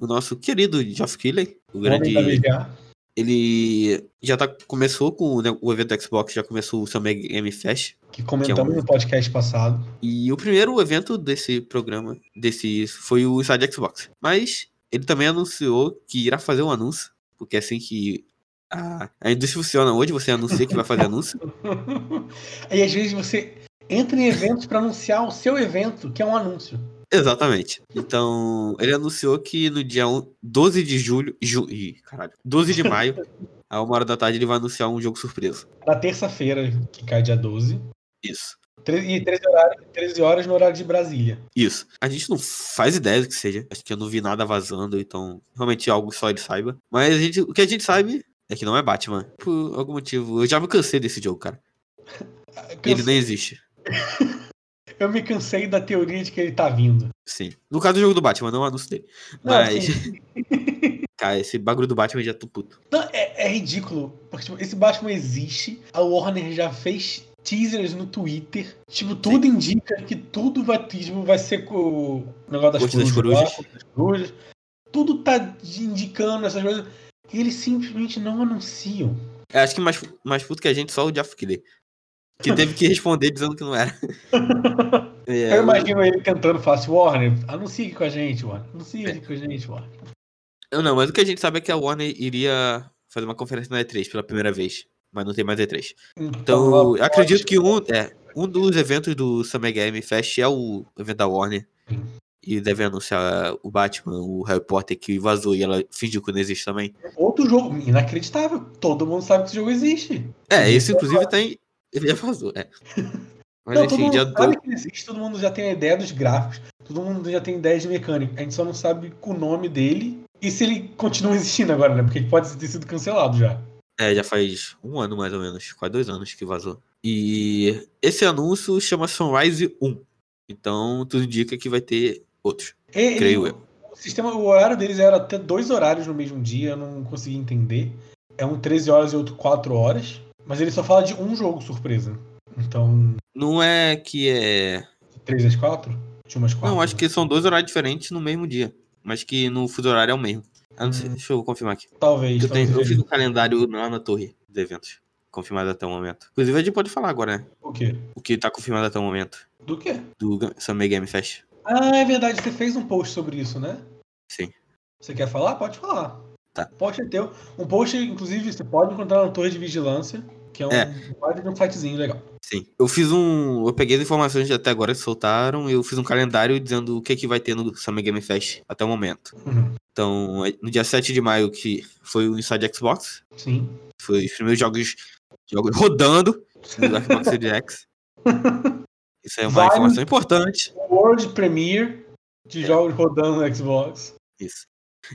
Speaker 2: o nosso querido Geoff Keighley, o grande.
Speaker 1: Homem da BGA.
Speaker 2: Ele já tá, começou com né, o evento da Xbox, já começou o Summer Game Fest.
Speaker 1: Que comentamos
Speaker 2: Que é um-
Speaker 1: no podcast passado.
Speaker 2: E o primeiro evento desse programa, desse, foi o Inside Xbox. Mas ele também anunciou que irá fazer um anúncio, porque é assim que a, a indústria funciona hoje, você anuncia que vai fazer anúncio.
Speaker 1: e às vezes você entra em eventos pra anunciar o seu evento, que é um anúncio.
Speaker 2: Exatamente. Então, ele anunciou que no dia um- 12 de julho, ju, ih, caralho, 12 de maio, a uma hora da tarde, ele vai anunciar um jogo surpresa.
Speaker 1: Na terça-feira, que cai dia 12,
Speaker 2: Isso.
Speaker 1: Tre- E 13 horas, 13 horas no horário de Brasília.
Speaker 2: Isso. A gente não faz ideia do que seja. Acho que eu não vi nada vazando, então realmente é algo que só ele saiba. Mas a gente, o que a gente sabe é que não é Batman. Por algum motivo. Eu já me cansei desse jogo, cara. Ele nem existe.
Speaker 1: É Eu me cansei da teoria de que ele tá vindo.
Speaker 2: Sim. No caso do jogo do Batman, não é o anúncio dele.
Speaker 1: Não,
Speaker 2: Mas.
Speaker 1: assim,
Speaker 2: cara, esse bagulho do Batman eu já tô puto.
Speaker 1: não, é, é ridículo. Porque tipo, esse Batman existe, a Warner já fez teasers no Twitter. Tipo, tudo indica que tudo vai, tipo, vai ser com o negócio das
Speaker 2: Corte das
Speaker 1: corujas. Tá
Speaker 2: corujas.
Speaker 1: lá, Corte das corujas. Tudo tá de- indicando essas coisas. E eles simplesmente não anunciam.
Speaker 2: Eu É, acho que mais, mais puto que a gente, só o Jeff Killer. Que teve que responder dizendo que não era. É,
Speaker 1: Eu imagino ele tentando falar assim, Warner, anuncia aqui com a gente, Warner. Anuncia
Speaker 2: É.
Speaker 1: aqui com a gente, Warner.
Speaker 2: eu não, mas o que a gente sabe é que a Warner iria fazer uma conferência na E3 pela primeira vez. Mas não tem mais E3. Então, eu acredito que um, é, um dos eventos do Summer Game Fest é o evento da Warner.
Speaker 1: Sim.
Speaker 2: E deve anunciar o Batman, o Harry Potter que vazou e ela fingiu que não existe também.
Speaker 1: Outro jogo inacreditável. Todo mundo sabe que esse jogo existe.
Speaker 2: É,
Speaker 1: Sim.
Speaker 2: esse inclusive tem. Ele já vazou, é. Mas
Speaker 1: não, todo
Speaker 2: enfim,
Speaker 1: mundo
Speaker 2: dia
Speaker 1: sabe
Speaker 2: do...
Speaker 1: que ele existe, todo mundo já tem a ideia dos gráficos, todo mundo já tem ideia de mecânica. A gente só não sabe o nome dele e se ele continua existindo agora, né? Porque ele pode ter sido cancelado já.
Speaker 2: é, já faz um ano mais ou menos, quase dois anos que vazou. E esse anúncio chama Sunrise 1. Então tudo indica que vai ter outros,
Speaker 1: E-
Speaker 2: creio
Speaker 1: e
Speaker 2: eu.
Speaker 1: O sistema, o horário deles era até dois horários no mesmo dia, eu não consegui entender. É um 13 horas e outro 4 horas, mas ele só fala de um jogo surpresa. Então,
Speaker 2: Não é que é
Speaker 1: 3 às 4? De umas 4.
Speaker 2: Não, acho que são dois horários diferentes no mesmo dia. Mas que no fuso horário é o mesmo. Ah, não sei, deixa eu confirmar aqui.
Speaker 1: Talvez.
Speaker 2: Eu, tenho, eu
Speaker 1: talvez
Speaker 2: fiz
Speaker 1: seja.
Speaker 2: um calendário lá na torre de eventos. Confirmado até o momento. Inclusive, a gente pode falar agora, né?
Speaker 1: O quê?
Speaker 2: O que tá confirmado até o momento.
Speaker 1: Do quê?
Speaker 2: Do Ga- Summer Game Fest.
Speaker 1: Ah, é verdade, você fez um post sobre isso, né?
Speaker 2: Sim.
Speaker 1: Você quer falar? Pode falar.
Speaker 2: Tá.
Speaker 1: O post é teu. Um post, inclusive, você pode encontrar na Torre de Vigilância, que é um,
Speaker 2: É.
Speaker 1: baita de um sitezinho legal.
Speaker 2: Sim. Eu fiz um. Eu peguei as informações de até agora que soltaram e eu fiz um calendário dizendo o que, que vai ter no Summer Game Fest até o momento.
Speaker 1: Uhum.
Speaker 2: Então, é- no dia 7 de maio, que foi o Inside Xbox,
Speaker 1: Sim.
Speaker 2: foi os primeiros jogos, jogos rodando no Xbox Series X. Isso é uma
Speaker 1: Vários-
Speaker 2: informação importante.
Speaker 1: World Premiere de
Speaker 2: É.
Speaker 1: jogos rodando no Xbox.
Speaker 2: Isso.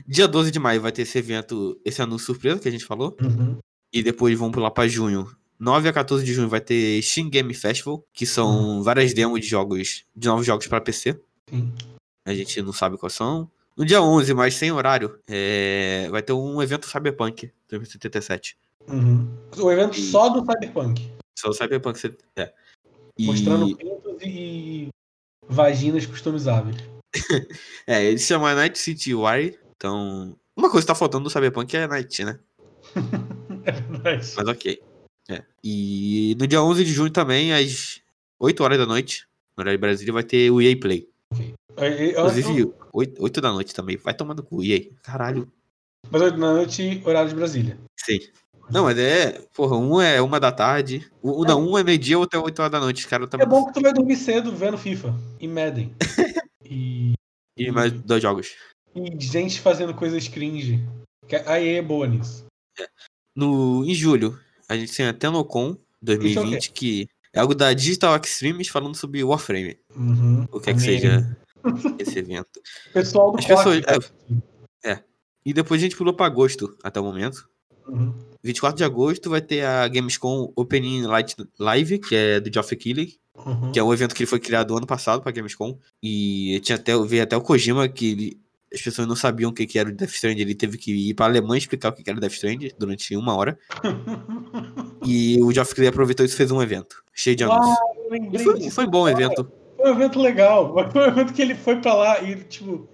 Speaker 2: Dia 12 de maio vai ter esse evento, esse anúncio surpresa que a gente falou.
Speaker 1: Uhum.
Speaker 2: E depois vão pular pra junho. 9 a 14 de junho vai ter Steam Game Festival, que são várias demos de jogos, de novos jogos pra PC.
Speaker 1: Uhum. Sim.
Speaker 2: A gente não sabe quais são. No dia 11, mas sem horário, é, vai ter um evento Cyberpunk 2077.
Speaker 1: Uhum. O evento
Speaker 2: E-
Speaker 1: só do Cyberpunk.
Speaker 2: Só o Cyberpunk você- é. E-
Speaker 1: Mostrando pintos e vaginas customizáveis.
Speaker 2: É, ele se chama Night City Wire. Então, uma coisa que tá faltando no Cyberpunk é Night, né?
Speaker 1: Mas-
Speaker 2: Mas ok. É. E no dia 11 de junho também, às 8 horas da noite, no horário de Brasília, vai ter o EA Play.
Speaker 1: É, é, é,
Speaker 2: Inclusive, 8, da noite também. Vai tomando cu. E aí? Caralho.
Speaker 1: Mas hoje na noite, horário de Brasília.
Speaker 2: Sim. Não, mas é. Porra, um é uma da tarde. O, o- não, um é meio-dia, outro é 8 horas da noite. Os caras
Speaker 1: É
Speaker 2: também.
Speaker 1: bom que tu vai dormir cedo vendo FIFA e Madden. e,
Speaker 2: E mais dois jogos.
Speaker 1: e gente fazendo coisas cringe. Que a EA é boa nisso.
Speaker 2: No, em julho, a gente tem a
Speaker 1: é
Speaker 2: Tenocon 2020, que é algo da Digital Extremes falando sobre Warframe.
Speaker 1: Uhum.
Speaker 2: O que é que seja esse evento.
Speaker 1: Pessoal do
Speaker 2: As pessoas.
Speaker 1: Corte.
Speaker 2: É, é. E depois a gente pulou pra agosto até o momento.
Speaker 1: Uhum.
Speaker 2: 24 de agosto vai ter a Gamescom Opening Light Live, que é do Geoff Keighley.
Speaker 1: Uhum.
Speaker 2: que é um evento que ele foi criado ano passado pra Gamescom. E tinha até, eu vi até o Kojima que ele- as pessoas não sabiam o que, que era o Death Strand. Ele teve que ir pra Alemanha explicar o que, que era o Death Strand durante uma hora. E o Geoff Keighley aproveitou isso e fez um evento cheio de anúncios.
Speaker 1: Ah, eu
Speaker 2: E
Speaker 1: lembrei
Speaker 2: Foi,
Speaker 1: disso.
Speaker 2: foi bom o evento.
Speaker 1: Foi um evento legal. mas Foi um evento que ele foi pra lá e, tipo,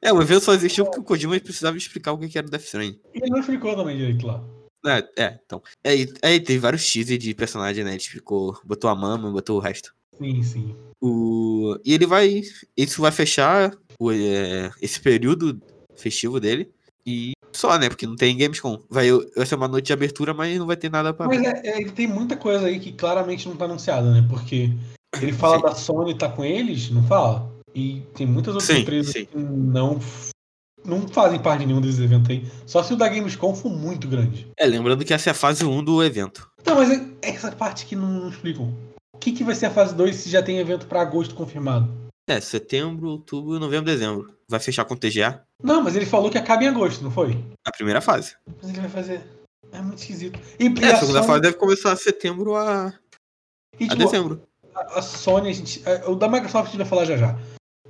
Speaker 2: É, o evento só existiu porque o Kojima precisava explicar o que, que era o Death Strand.
Speaker 1: ele não explicou também direito lá.
Speaker 2: É, é então. Aí, aí teve vários teasers de personagem, né? Ele explicou, botou a mama, botou o resto.
Speaker 1: Sim, sim.
Speaker 2: O... E ele vai. Isso vai fechar o, é, esse período festivo dele. E só, né? Porque não tem Gamescom. Vai, vai ser uma noite de abertura, mas não vai ter nada pra.
Speaker 1: Mas é, é, ele tem muita coisa aí que claramente não tá anunciada, né? Porque ele fala
Speaker 2: Sim.
Speaker 1: da Sony tá com eles, não fala? E tem muitas outras
Speaker 2: Sim,
Speaker 1: empresas
Speaker 2: sim.
Speaker 1: que não, f- não fazem parte de nenhum desses eventos aí. Só se o da Gamescom for muito grande.
Speaker 2: É, lembrando que essa é a fase 1 do evento.
Speaker 1: Então, mas é é essa parte que não, não explicam. O que, que vai ser a fase 2 se já tem evento pra agosto confirmado?
Speaker 2: É, setembro, outubro, novembro, dezembro. Vai fechar com o TGA
Speaker 1: Não, mas ele falou que acaba em agosto, não foi?
Speaker 2: a primeira fase.
Speaker 1: Mas ele vai fazer. É muito esquisito. E, e
Speaker 2: É, a
Speaker 1: a
Speaker 2: segunda
Speaker 1: Sony-
Speaker 2: fase deve começar setembro a,
Speaker 1: e,
Speaker 2: a
Speaker 1: tipo,
Speaker 2: dezembro.
Speaker 1: a Sony, a gente, é, o da Microsoft a gente vai falar já já.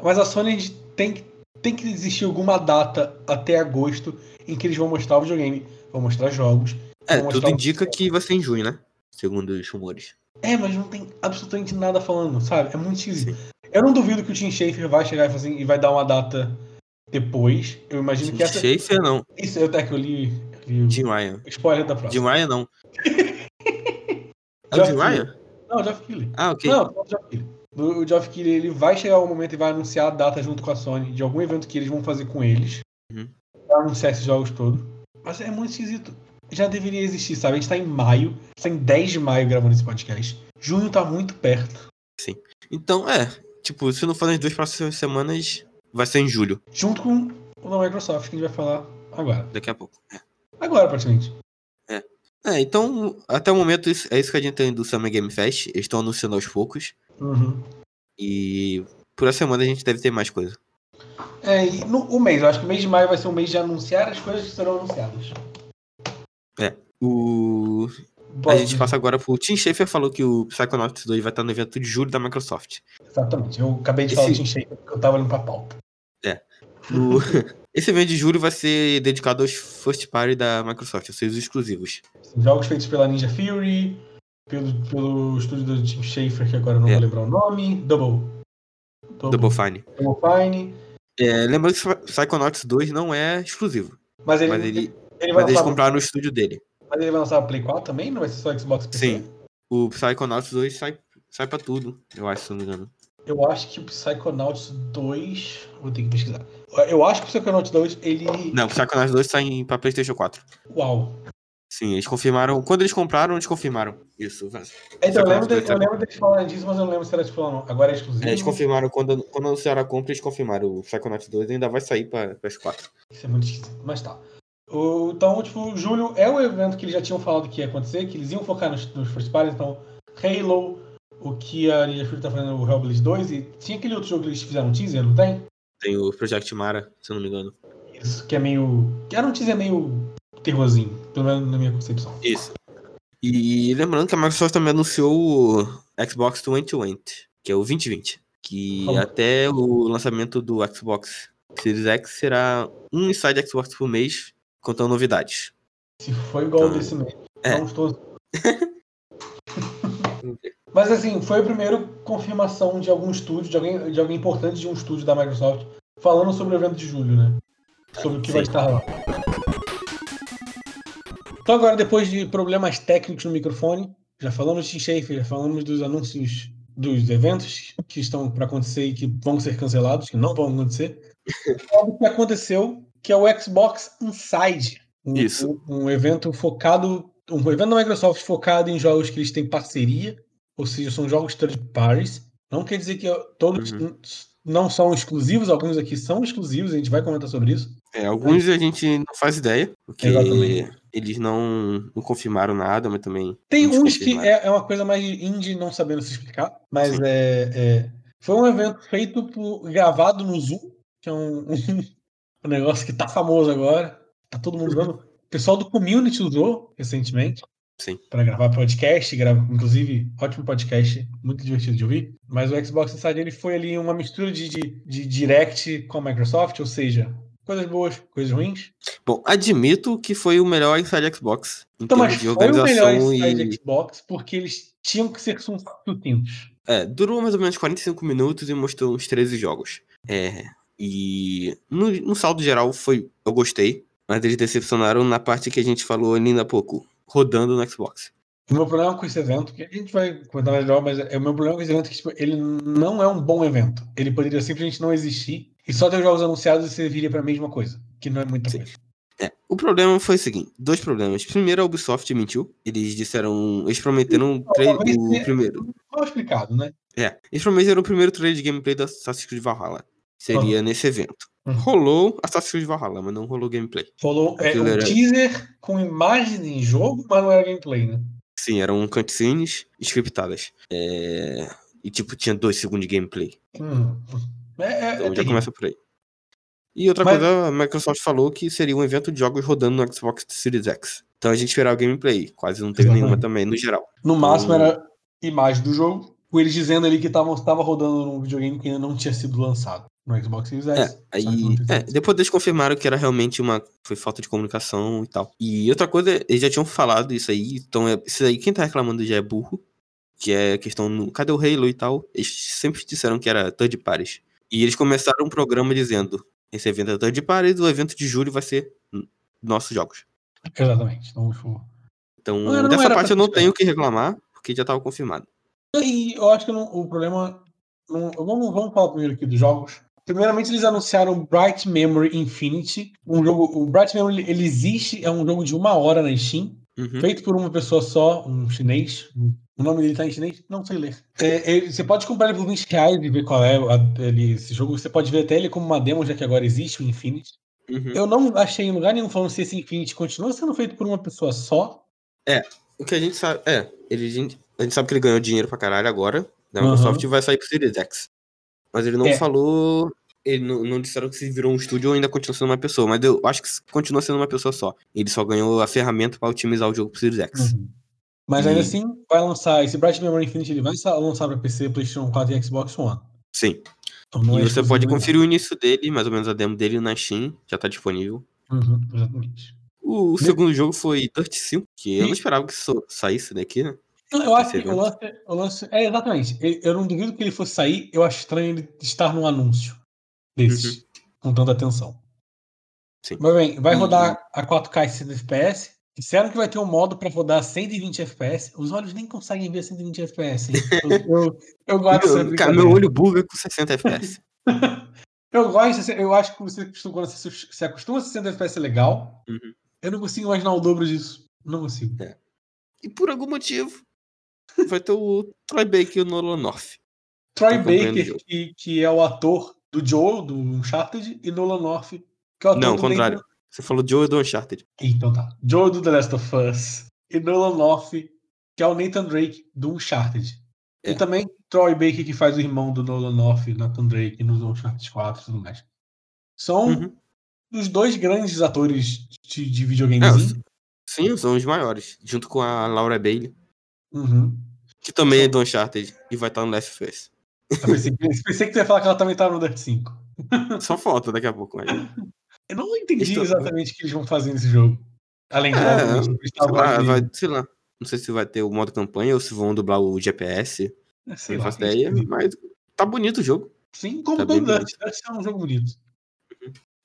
Speaker 1: Mas a Sony a gente tem, que- tem que existir alguma data até agosto em que eles vão mostrar o videogame, vão mostrar jogos.
Speaker 2: É,
Speaker 1: vão
Speaker 2: tudo
Speaker 1: mostrar o-
Speaker 2: indica que vai ser em junho, né? Segundo os rumores.
Speaker 1: É, mas não tem absolutamente nada falando, sabe? É muito esquisito. Eu não duvido que o Tim Schafer vai chegar e, fazer, e vai dar uma data depois. Eu imagino que essa.
Speaker 2: Schaefer é, não.
Speaker 1: Isso eu até que eu li. eu li o-
Speaker 2: Jim Ryan.
Speaker 1: Spoiler da próxima.
Speaker 2: Jim Ryan não. É o Jim
Speaker 1: Já fui.
Speaker 2: Ryan?
Speaker 1: Não, Jeff Keighley.
Speaker 2: Ah, ok.
Speaker 1: Não, não, o Geoff Keighley. No- O Geoff Keighley ele vai chegar um momento e vai anunciar a data junto com a Sony de algum evento que eles vão fazer com eles.
Speaker 2: Uhum.
Speaker 1: Pra anunciar esses jogos todos. Mas é muito esquisito. Já deveria existir, sabe? A gente tá em maio. A gente tá em 10 de maio gravando esse podcast. Junho tá muito perto.
Speaker 2: Então, é. Tipo, se não for nas duas próximas semanas, vai ser em julho,
Speaker 1: Junto com o da Microsoft, que a gente vai falar agora.
Speaker 2: daqui a pouco.
Speaker 1: Agora, praticamente.
Speaker 2: É, então, até o momento, isso- é isso que a gente tem do Summer Game Fest. Eles estão anunciando aos poucos.
Speaker 1: Uhum.
Speaker 2: E por essa semana a gente deve ter mais coisa.
Speaker 1: É, e no, o mês. Eu acho que o mês de maio vai ser um mês de anunciar as coisas que serão anunciadas.
Speaker 2: O... A
Speaker 1: Bom,
Speaker 2: gente passa agora pro. Tim Schafer falou que o Psychonauts 2 vai estar no evento de julho da Microsoft.
Speaker 1: Exatamente. Eu acabei de falar
Speaker 2: Esse- É.
Speaker 1: do Tim Schafer porque eu tava olhando pra pauta.
Speaker 2: O- Esse evento de julho vai ser dedicado aos first party da Microsoft, ou seja, os exclusivos.
Speaker 1: Jogos feitos pela Ninja Fury, pelo, pelo estúdio do Tim Schafer, que agora eu não
Speaker 2: É.
Speaker 1: vou lembrar o nome. Double. Então,
Speaker 2: Double Fine.
Speaker 1: Double Fine.
Speaker 2: É, lembrando que Psychonauts 2 não é exclusivo.
Speaker 1: Mas ele,
Speaker 2: Mas, ele,
Speaker 1: ele vai
Speaker 2: mas eles
Speaker 1: lançar,
Speaker 2: compraram o estúdio dele.
Speaker 1: mas ele vai lançar pra Play 4 também? Não vai ser só Xbox e PC?
Speaker 2: Sim. O Psychonauts 2 sai, sai pra tudo, eu acho, se não me engano.
Speaker 1: Eu acho que o Psychonauts 2. Vou ter que pesquisar. Eu acho que o Psychonauts 2, ele.
Speaker 2: Não, o Psychonauts 2 sai em- pra PlayStation 4.
Speaker 1: Uau. É,
Speaker 2: Sim, eles confirmaram. Quando eles compraram, eles confirmaram. Isso, vai.
Speaker 1: Então, eu lembro,
Speaker 2: Psychonauts
Speaker 1: de,
Speaker 2: 2 tá
Speaker 1: eu lembro deles falarem disso, mas eu não lembro se era tipo, não. Agora é exclusivo.
Speaker 2: Eles confirmaram, quando, quando anunciaram a compra, eles confirmaram. O Psychonauts 2 ainda vai sair pra PS4.
Speaker 1: Isso é muito esquisito, mas tá. O- então, tipo, julho é o evento que eles já tinham falado que ia acontecer, que eles iam focar nos, nos first parties, então Halo, o que a Ninja Fury tá fazendo, o Hellblade 2, e tinha aquele outro jogo que eles fizeram um teaser, não tem?
Speaker 2: Tem o Project Mara, se eu não me engano.
Speaker 1: Isso, que é meio... que era um teaser meio terrorzinho, pelo menos na minha concepção.
Speaker 2: Isso. E lembrando que a Microsoft também anunciou o Xbox 2020, que é o 2020. Que
Speaker 1: Como?
Speaker 2: até o lançamento do Xbox Series X será um inside Xbox por mês, contando novidades.
Speaker 1: Se foi igual
Speaker 2: Então,
Speaker 1: desse mês,
Speaker 2: é.
Speaker 1: não estou... Mas assim, foi a primeira confirmação de algum estúdio, de alguém, de alguém importante de um estúdio da Microsoft, falando sobre o evento de julho, né? Sobre o que
Speaker 2: Sim.
Speaker 1: vai estar lá. Então agora, depois de problemas técnicos no microfone, já falamos de Tim Schafer, já falamos dos anúncios dos eventos que estão para acontecer e que vão ser cancelados, que não vão acontecer. é Algo que aconteceu, que é o Xbox Inside. Um,
Speaker 2: Isso.
Speaker 1: Um, um evento focado, um evento da Microsoft focado em jogos que eles têm parceria, ou seja, são jogos third parties. Não quer dizer que todos
Speaker 2: Uhum.
Speaker 1: não são exclusivos, alguns aqui são exclusivos, a gente vai comentar sobre isso.
Speaker 2: É, alguns a gente não faz ideia, porque
Speaker 1: Exatamente.
Speaker 2: eles não, não confirmaram nada, mas também.
Speaker 1: Tem
Speaker 2: Muito
Speaker 1: uns que
Speaker 2: confirmado.
Speaker 1: é, é uma coisa mais de indie não sabendo se explicar, mas
Speaker 2: Sim.
Speaker 1: é, é- foi um evento feito por, gravado no Zoom, que é um, um, negócio que tá famoso agora, tá todo mundo usando. O pessoal do community usou recentemente.
Speaker 2: Sim.
Speaker 1: Pra gravar podcast, grava, inclusive, ótimo podcast, muito divertido de ouvir. Mas o Xbox Inside ele foi ali uma mistura de, de, de direct com a Microsoft, ou seja, coisas boas, coisas ruins.
Speaker 2: Bom, admito que foi o melhor inside Xbox em
Speaker 1: Então, mas
Speaker 2: termos de
Speaker 1: foi o melhor
Speaker 2: organização
Speaker 1: Inside
Speaker 2: e.
Speaker 1: Xbox porque eles tinham que ser sucintos.
Speaker 2: É, durou mais ou menos 45 minutos e mostrou uns 13 jogos. É, e no, no saldo geral foi, eu gostei, mas eles decepcionaram na parte que a gente falou ali ainda há pouco, rodando no Xbox.
Speaker 1: O meu problema com esse evento, que a gente vai comentar melhor, mas é o meu problema com esse evento é que tipo, ele não é um bom evento. Ele poderia simplesmente não existir e só ter os jogos anunciados e serviria para a mesma coisa, que não é muita
Speaker 2: Sim.
Speaker 1: coisa.
Speaker 2: É, o problema foi o seguinte, dois problemas. Primeiro, a Ubisoft mentiu. Eles disseram, eles prometeram três-
Speaker 1: talvez
Speaker 2: o
Speaker 1: tenha-
Speaker 2: primeiro.
Speaker 1: Mal explicado, né?
Speaker 2: É, esse provavelmente era o primeiro trailer de gameplay do Assassin's Creed Valhalla. Seria nesse evento.
Speaker 1: Uhum.
Speaker 2: Rolou Assassin's Creed Valhalla, mas não rolou gameplay.
Speaker 1: Falou é,
Speaker 2: Aquilo
Speaker 1: um
Speaker 2: era-
Speaker 1: teaser com imagens em jogo, mas não era gameplay, né?
Speaker 2: Sim, eram cutscenes scriptadas. É, E, tipo, tinha dois segundos de gameplay.
Speaker 1: Hum. É, é- é
Speaker 2: Então já
Speaker 1: terrível.
Speaker 2: começa por aí. E outra
Speaker 1: Mas-
Speaker 2: coisa, a Microsoft falou que seria um evento de jogos rodando no Xbox Series X. Então a gente esperava gameplay. Quase não teve nenhuma
Speaker 1: Exatamente.
Speaker 2: também, no geral.
Speaker 1: No máximo
Speaker 2: Hum.
Speaker 1: era imagem do jogo, com eles dizendo ali que estava rodando num videogame que ainda não tinha sido lançado no Xbox Series
Speaker 2: É,
Speaker 1: X.
Speaker 2: aí,
Speaker 1: Só que não
Speaker 2: é,
Speaker 1: fizeram isso.
Speaker 2: depois eles confirmaram que era realmente uma foi falta de comunicação e tal. E outra coisa, eles já tinham falado isso aí, então é, isso aí quem tá reclamando já é burro, que é questão no cadê o Halo e tal. Eles sempre disseram que era third parties. E eles começaram um programa dizendo: esse evento é third parties, o evento de julho vai ser n- nossos jogos.
Speaker 1: Exatamente. Então, tipo,
Speaker 2: Então,
Speaker 1: Não era- não
Speaker 2: dessa
Speaker 1: era
Speaker 2: parte
Speaker 1: pra
Speaker 2: eu não
Speaker 1: third
Speaker 2: tenho o que reclamar, porque já tava confirmado.
Speaker 1: E eu acho que não- o problema. não- vamos, vamos falar primeiro aqui dos jogos. Primeiramente, eles anunciaram Bright Memory Infinity. Um jogo, o Bright Memory ele existe, é um jogo de uma hora na Steam,
Speaker 2: Uhum.
Speaker 1: feito por uma pessoa só, um chinês. O nome dele tá em chinês? Não sei ler. É, é, você pode comprar ele por 20 reais e ver qual é a- ele- esse jogo. Você pode ver até ele como uma demo, já que agora existe o Infinity.
Speaker 2: uhum.
Speaker 1: Eu não achei em lugar nenhum falando se esse Infinity continua sendo feito por uma pessoa só.
Speaker 2: O que a gente sabe. É, ele, a, gente, a gente sabe que ele ganhou dinheiro pra caralho agora. Da
Speaker 1: Aham.
Speaker 2: Microsoft e vai sair pro Series X. Mas ele não
Speaker 1: É.
Speaker 2: falou. Ele não, não disseram que se virou um estúdio ou ainda continua sendo uma pessoa. Mas eu acho que continua sendo uma pessoa só. Ele só ganhou a ferramenta pra otimizar o jogo pro Series X.
Speaker 1: Uhum. Mas ainda
Speaker 2: E-
Speaker 1: assim, vai lançar esse Bright Memory Infinity, ele vai sa- lançar para PC, PlayStation 4 e Xbox One.
Speaker 2: Sim.
Speaker 1: Então não é
Speaker 2: e você pode
Speaker 1: exclusivo,
Speaker 2: conferir o início dele, mais ou menos a demo dele na Steam. Já tá disponível.
Speaker 1: não. Uhum, exatamente.
Speaker 2: O, o
Speaker 1: Ne-
Speaker 2: segundo jogo foi Dirt 5, que eu
Speaker 1: E-
Speaker 2: não esperava que isso saísse daqui, né?
Speaker 1: Não, Eu acho que
Speaker 2: Evento.
Speaker 1: o lance, o lance- É, exatamente. Eu- Eu não duvido que ele fosse sair, eu acho estranho ele estar num anúncio desses, com tanta atenção.
Speaker 2: Uhum. Sim.
Speaker 1: Mas bem, vai
Speaker 2: Hum.
Speaker 1: rodar a 4K e 60 FPS. Disseram que vai ter um modo pra rodar 120 FPS. Os olhos nem conseguem ver 120 FPS. Eu, eu, eu gosto dessa
Speaker 2: Meu, cara,
Speaker 1: é brincadeira.
Speaker 2: meu olho buga com 60 FPS.
Speaker 1: Eu gosto, assim, eu acho que você acostuma- quando você se acostuma a 60 FPS é legal.
Speaker 2: Uhum.
Speaker 1: Eu não consigo imaginar o dobro disso. Não consigo.
Speaker 2: E por algum motivo, vai ter o Troy Baker e o Nolan North.
Speaker 1: Troy
Speaker 2: acompanhando o
Speaker 1: Baker,
Speaker 2: jogo.
Speaker 1: que, que é o ator do Joe, do Uncharted, e Nolan North, que é o ator
Speaker 2: Não,
Speaker 1: do
Speaker 2: contrário. Você falou Joe do Uncharted.
Speaker 1: Nathan- Então tá. Joe do The Last of Us. E Nolan North, que é o Nathan Drake do Uncharted.
Speaker 2: É.
Speaker 1: E também Troy Baker, que faz o irmão do Nolan North, Nathan Drake, nos Uncharted 4 e tudo mais. São
Speaker 2: Uhum.
Speaker 1: os dois grandes atores de, de
Speaker 2: É,
Speaker 1: videogamezinho.
Speaker 2: Sim, são os maiores. Junto com a Laura Bailey,
Speaker 1: Uhum.
Speaker 2: que também é do Uncharted e vai estar no Last Face.
Speaker 1: Eu pensei, que- pensei que tu ia falar que ela também tava no Dirt 5.
Speaker 2: Só falta daqui a pouco. Mas...
Speaker 1: Tá Eu não entendi
Speaker 2: Estou-
Speaker 1: exatamente o que eles vão fazer nesse jogo. Além de né,
Speaker 2: É,
Speaker 1: obviamente,
Speaker 2: sei
Speaker 1: eles
Speaker 2: Sei
Speaker 1: estavam
Speaker 2: lá,
Speaker 1: ali,
Speaker 2: vai, sei lá. Não sei se vai ter o modo campanha ou se vão dublar o GPS.
Speaker 1: né, sei
Speaker 2: Não
Speaker 1: lá,
Speaker 2: faço ideia, mas tá bonito o jogo.
Speaker 1: Sim, como
Speaker 2: Tá
Speaker 1: todo
Speaker 2: bem Uhum.
Speaker 1: Dirt. Dirt é um jogo bonito.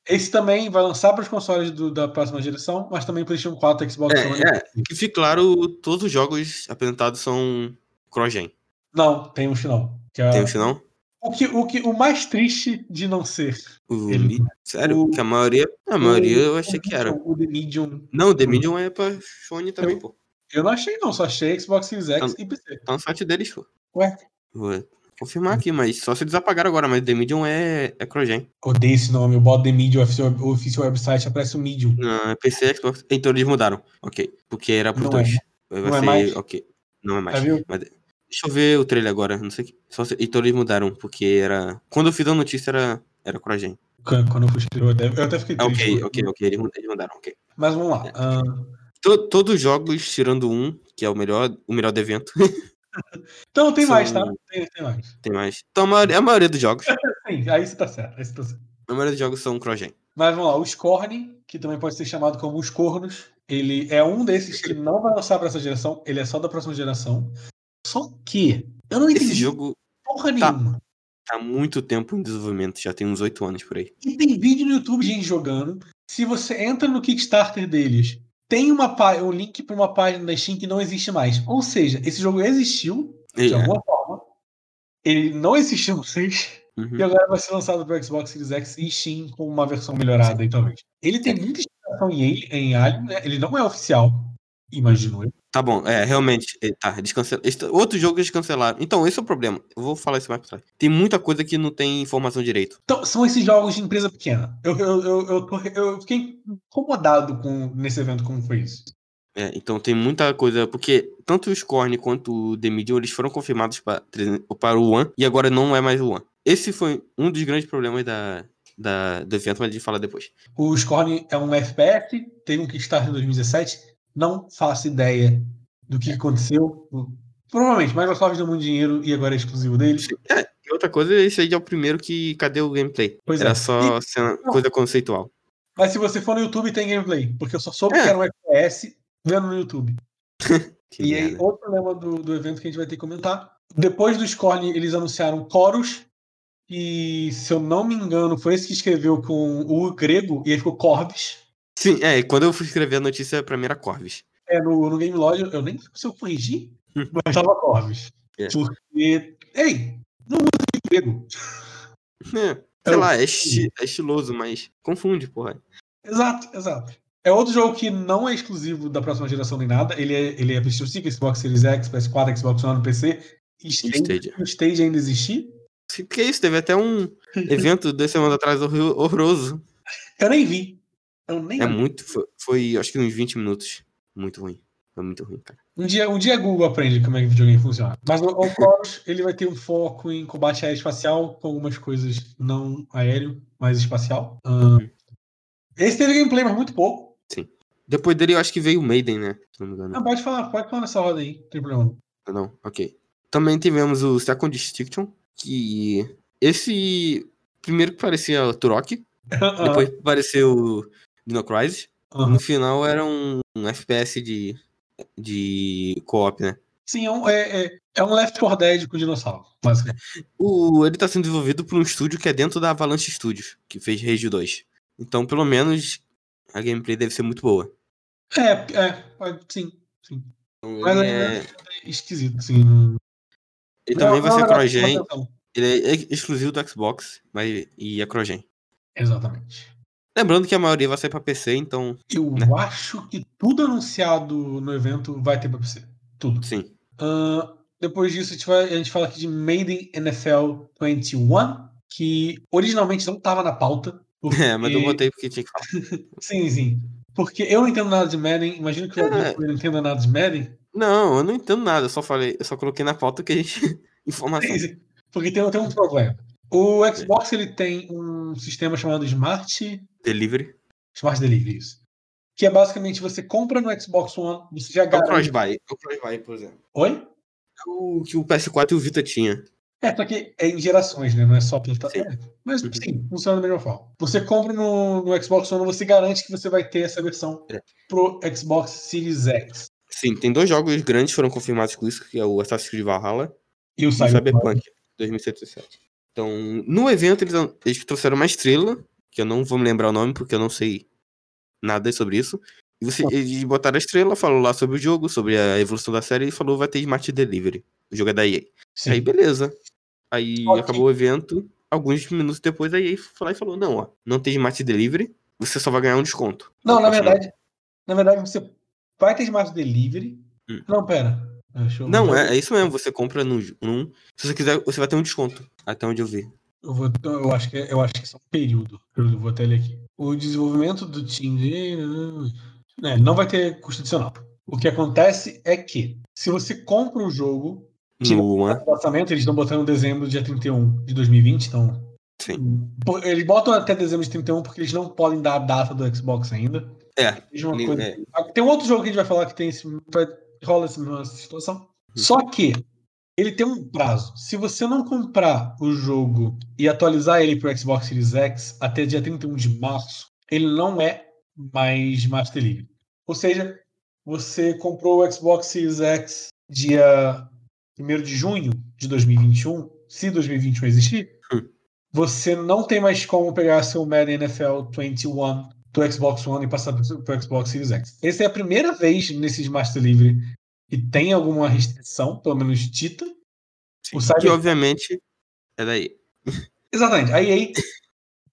Speaker 1: Esse também vai lançar para os consoles do- da próxima geração, mas também PlayStation 4, Xbox
Speaker 2: É,
Speaker 1: One.
Speaker 2: é. Que fique claro, todos os jogos apresentados são cross-gen.
Speaker 1: Não, tem um final. que é-
Speaker 2: Tem o sinal?
Speaker 1: o, que, o, que, o mais triste de não ser.
Speaker 2: O
Speaker 1: Ele-
Speaker 2: Mi- Sério?
Speaker 1: o-
Speaker 2: que a maioria. A maioria eu achei
Speaker 1: o
Speaker 2: que era.
Speaker 1: Medium, O The Medium.
Speaker 2: Não, The Medium é pra Sony também, pô.
Speaker 1: Hum. Eu não achei, não. Só achei Xbox Series X
Speaker 2: Não.
Speaker 1: e PC.
Speaker 2: Tá no site deles, pô.
Speaker 1: Ué?
Speaker 2: Vou confirmar aqui, mas só se eles apagaram agora, mas The Medium é, é cross-gen.
Speaker 1: Odeio esse nome. Eu boto The Medium, o official website, aparece o Medium.
Speaker 2: Na PC, Xbox. Então eles mudaram. Ok. Porque era pro
Speaker 1: Não
Speaker 2: dois.
Speaker 1: é.
Speaker 2: Vai
Speaker 1: Não é
Speaker 2: ser-
Speaker 1: mais?
Speaker 2: Ok. Não é mais.
Speaker 1: Tá viu?
Speaker 2: Deixa eu ver o trailer agora, não sei o que. Só se... Então eles mudaram, porque era. Quando eu fiz a notícia era, era Crogen.
Speaker 1: Quando quando eu fui escrever, eu até, eu até fiquei
Speaker 2: Ah,
Speaker 1: triste.
Speaker 2: ok,
Speaker 1: porque-
Speaker 2: ok, ok. Eles mud- eles mudaram, ok.
Speaker 1: Mas vamos lá. ah, ahn,
Speaker 2: To- Todos os jogos, tirando um, que é o melhor, o melhor do evento,
Speaker 1: então tem
Speaker 2: São-
Speaker 1: mais, tá? Tem, tem mais.
Speaker 2: tem mais. Então a maioria, a maioria dos jogos. A
Speaker 1: Sim, aí você tá certo. Aí você tá certo.
Speaker 2: maioria dos jogos são Crogen.
Speaker 1: Mas vamos lá, o Scorn, que também pode ser chamado como os cornos, ele é um desses que não vai lançar pra essa geração, ele é só da próxima geração. Só que eu não
Speaker 2: Esse
Speaker 1: entendi
Speaker 2: jogo
Speaker 1: porra
Speaker 2: tá.
Speaker 1: nenhuma.
Speaker 2: tá há muito tempo em desenvolvimento, já tem uns 8 anos por aí.
Speaker 1: E tem vídeo no YouTube de gente jogando. Se você entra no Kickstarter deles, tem uma pá- um link pra uma página da Steam que não existe mais. Ou seja, esse jogo existiu,
Speaker 2: E,
Speaker 1: de
Speaker 2: é,
Speaker 1: alguma forma. Ele não existiu no 6
Speaker 2: uhum.
Speaker 1: e agora vai ser lançado para Xbox Series X e Steam com uma versão melhorada aí, talvez. Ele
Speaker 2: É.
Speaker 1: tem muita inspiração em, ele- em Alien, né? Ele não é oficial, imagino eu.
Speaker 2: Tá bom, é, realmente, é, tá, eles cancelaram. Esse- Outros jogos eles cancelaram. Então, esse é o problema. Eu vou falar isso mais pra trás. Tem muita coisa que não tem informação direito.
Speaker 1: Então, são esses jogos de empresa pequena. Eu, eu, eu, eu, tô- eu fiquei incomodado com, nesse evento como foi isso.
Speaker 2: É, então tem muita coisa, porque tanto o Scorn quanto o The Medium, eles foram confirmados pra, 300 para o One, e agora não é mais o One. Esse foi um dos grandes problemas da, da, do evento, mas a gente fala depois.
Speaker 1: O Scorn é um FPS, teve um Kickstarter em 2017. Não faço ideia do
Speaker 2: É.
Speaker 1: que aconteceu. Provavelmente, Microsoft deu muito dinheiro e agora é exclusivo deles.
Speaker 2: E outra coisa, esse aí é o primeiro que, cadê o gameplay?
Speaker 1: Pois
Speaker 2: Era
Speaker 1: é.
Speaker 2: só cena- coisa conceitual.
Speaker 1: Mas se você for no YouTube, tem gameplay. Porque eu só soube
Speaker 2: É.
Speaker 1: que era um FPS vendo no YouTube.
Speaker 2: Que
Speaker 1: e aí,
Speaker 2: merda.
Speaker 1: outro problema do, do evento que a gente vai ter que comentar. Depois do Scorn, eles anunciaram Chorus. E, se eu não me engano, foi esse que escreveu com o grego. E aí ficou Corbis.
Speaker 2: Sim, é, quando eu fui escrever a notícia, pra mim era Corvus.
Speaker 1: É, no, no Game Lodge, eu nem sei se eu corrigi, mas tava Corbis.
Speaker 2: Hum. É.
Speaker 1: Porque, ei, não usa de grego.
Speaker 2: É,
Speaker 1: É
Speaker 2: sei
Speaker 1: o
Speaker 2: lá, é, esti- é estiloso, mas confunde, porra.
Speaker 1: Exato, exato. É outro jogo que não é exclusivo da próxima geração nem nada. Ele é, ele é PlayStation 5, Xbox Series X, PS4, Xbox One, PC. E Stage,
Speaker 2: Stadia.
Speaker 1: o Stage ainda existir.
Speaker 2: Que- Que isso, teve até um evento duas semanas atrás horri- horroroso.
Speaker 1: Eu nem vi. Eu nem
Speaker 2: É
Speaker 1: vi.
Speaker 2: muito, foi, foi, acho que uns 20 minutos. Muito ruim. Foi muito ruim, cara.
Speaker 1: Um dia, um dia a Google aprende como é que videogame funciona. Mas o, o Chorus, ele vai ter um foco em combate aéreo espacial, com algumas coisas não aéreo, mas espacial. Ah, Esse teve gameplay, mas muito pouco.
Speaker 2: Depois dele, eu acho que veio o Maiden, né? Se não me engano.
Speaker 1: Ah, pode falar, pode falar nessa roda aí, não tem problema.
Speaker 2: Ah, Não, ok. Também tivemos o Second Distinction, que esse primeiro que parecia o Turok, depois pareceu o Dino Crisis,
Speaker 1: Ah, ah.
Speaker 2: No final era um, um FPS de, de co-op, né?
Speaker 1: Sim, é um, é, é- é um Left 4 Dead com dinossauro, basicamente.
Speaker 2: O, ele tá sendo desenvolvido por um estúdio que é dentro da Avalanche Studios, que fez Rage 2. Então, pelo menos, a gameplay deve ser muito boa.
Speaker 1: É, é, pode, sim. sim.
Speaker 2: Então,
Speaker 1: Mas
Speaker 2: Ele,
Speaker 1: é-
Speaker 2: é-
Speaker 1: esquisito, sim. não-
Speaker 2: ele
Speaker 1: Não, é
Speaker 2: também vai
Speaker 1: não,
Speaker 2: ser
Speaker 1: não, não,
Speaker 2: cross-gen.
Speaker 1: não, não.
Speaker 2: Ele é ex- exclusivo do Xbox mas, e é cross-gen.
Speaker 1: Exatamente.
Speaker 2: Lembrando que a maioria vai sair pra PC, então,
Speaker 1: Eu acho que tudo anunciado no evento vai ter pra PC. Tudo.
Speaker 2: sim.
Speaker 1: Ahn, depois disso, a gente, vai- a gente fala aqui de Made in NFL 21, que originalmente não estava na pauta. Porque...
Speaker 2: É, mas eu botei porque tinha que falar.
Speaker 1: Sim, sim. Porque eu não entendo nada de Madden. Imagino que o
Speaker 2: É.
Speaker 1: Rodrigo não entenda nada de Madden.
Speaker 2: Não, eu não entendo nada, eu só falei, eu só coloquei na pauta que a gente. Informação.
Speaker 1: Sim, sim. Porque tem, tem um problema. O Xbox ele tem um sistema chamado Smart
Speaker 2: Delivery.
Speaker 1: Smart Delivery, isso. Que é basicamente você compra no Xbox One, você já
Speaker 2: É o
Speaker 1: garante.
Speaker 2: cross-buy. É o cross-buy, por exemplo.
Speaker 1: Oi?
Speaker 2: É o que o PS4 e o Vita tinha.
Speaker 1: É, só que é em gerações, né? Não é só plataforma.
Speaker 2: Sim.
Speaker 1: É, mas
Speaker 2: Uhum.
Speaker 1: sim, funciona da mesma forma. Você compra no, no Xbox One, você garante que você vai ter essa versão
Speaker 2: É.
Speaker 1: pro Xbox Series X.
Speaker 2: Sim, tem dois jogos grandes que foram confirmados com isso, que é o Assassin's Creed Valhalla
Speaker 1: E o
Speaker 2: e o é Cyberpunk 2077. Então, no evento eles, eles trouxeram uma estrela, que eu não vou me lembrar o nome porque eu não sei nada sobre isso. E você,
Speaker 1: Tá.
Speaker 2: eles botaram a estrela, falou lá sobre o jogo, sobre a evolução da série e falou vai ter Smart Delivery. O jogo é da EA.
Speaker 1: Sim.
Speaker 2: Aí beleza. Aí
Speaker 1: Ok.
Speaker 2: acabou o evento. Alguns minutos depois a EA foi lá e falou: não, ó, não tem Smart Delivery, você só vai ganhar um desconto.
Speaker 1: Não, na
Speaker 2: Continua.
Speaker 1: verdade, na verdade você vai ter Smart Delivery.
Speaker 2: Hum.
Speaker 1: Não, pera. Ah, Deixa eu-
Speaker 2: Não, é, é isso mesmo. Você compra num, num. Se você quiser, você vai ter um desconto. Até onde eu vi.
Speaker 1: Eu, vou, então, eu, acho que, é, eu acho que são período. Eu vou até ele aqui. O desenvolvimento do Team de- né, não vai ter custo adicional. O que acontece é que, se você compra o jogo, Sim.
Speaker 2: No One.
Speaker 1: o lançamento, eles estão botando dezembro, dia 31 de 2020, então.
Speaker 2: Sim.
Speaker 1: Pô, Eles botam até dezembro de 31 porque eles não podem dar a data do Xbox ainda.
Speaker 2: É.
Speaker 1: Mesma
Speaker 2: nem-
Speaker 1: coisa.
Speaker 2: é,
Speaker 1: Tem um outro jogo que a gente vai falar que tem esse, vai- rola essa mesma situação.
Speaker 2: Hum.
Speaker 1: Só que ele tem um prazo. Se você não comprar o jogo e atualizar ele para o Xbox Series X até dia 31 de março, ele não é mais Master League. Ou seja, você comprou o Xbox Series X dia 1 de junho de 2021, se 2021 existir,
Speaker 2: Hum.
Speaker 1: você não tem mais como pegar seu Madden NFL 21 do Xbox One e passar para o Xbox Series X. Essa é a primeira vez nesse Master Livre que tem alguma restrição, pelo menos dita. O Cyber-
Speaker 2: Que obviamente é daí.
Speaker 1: Exatamente. A EA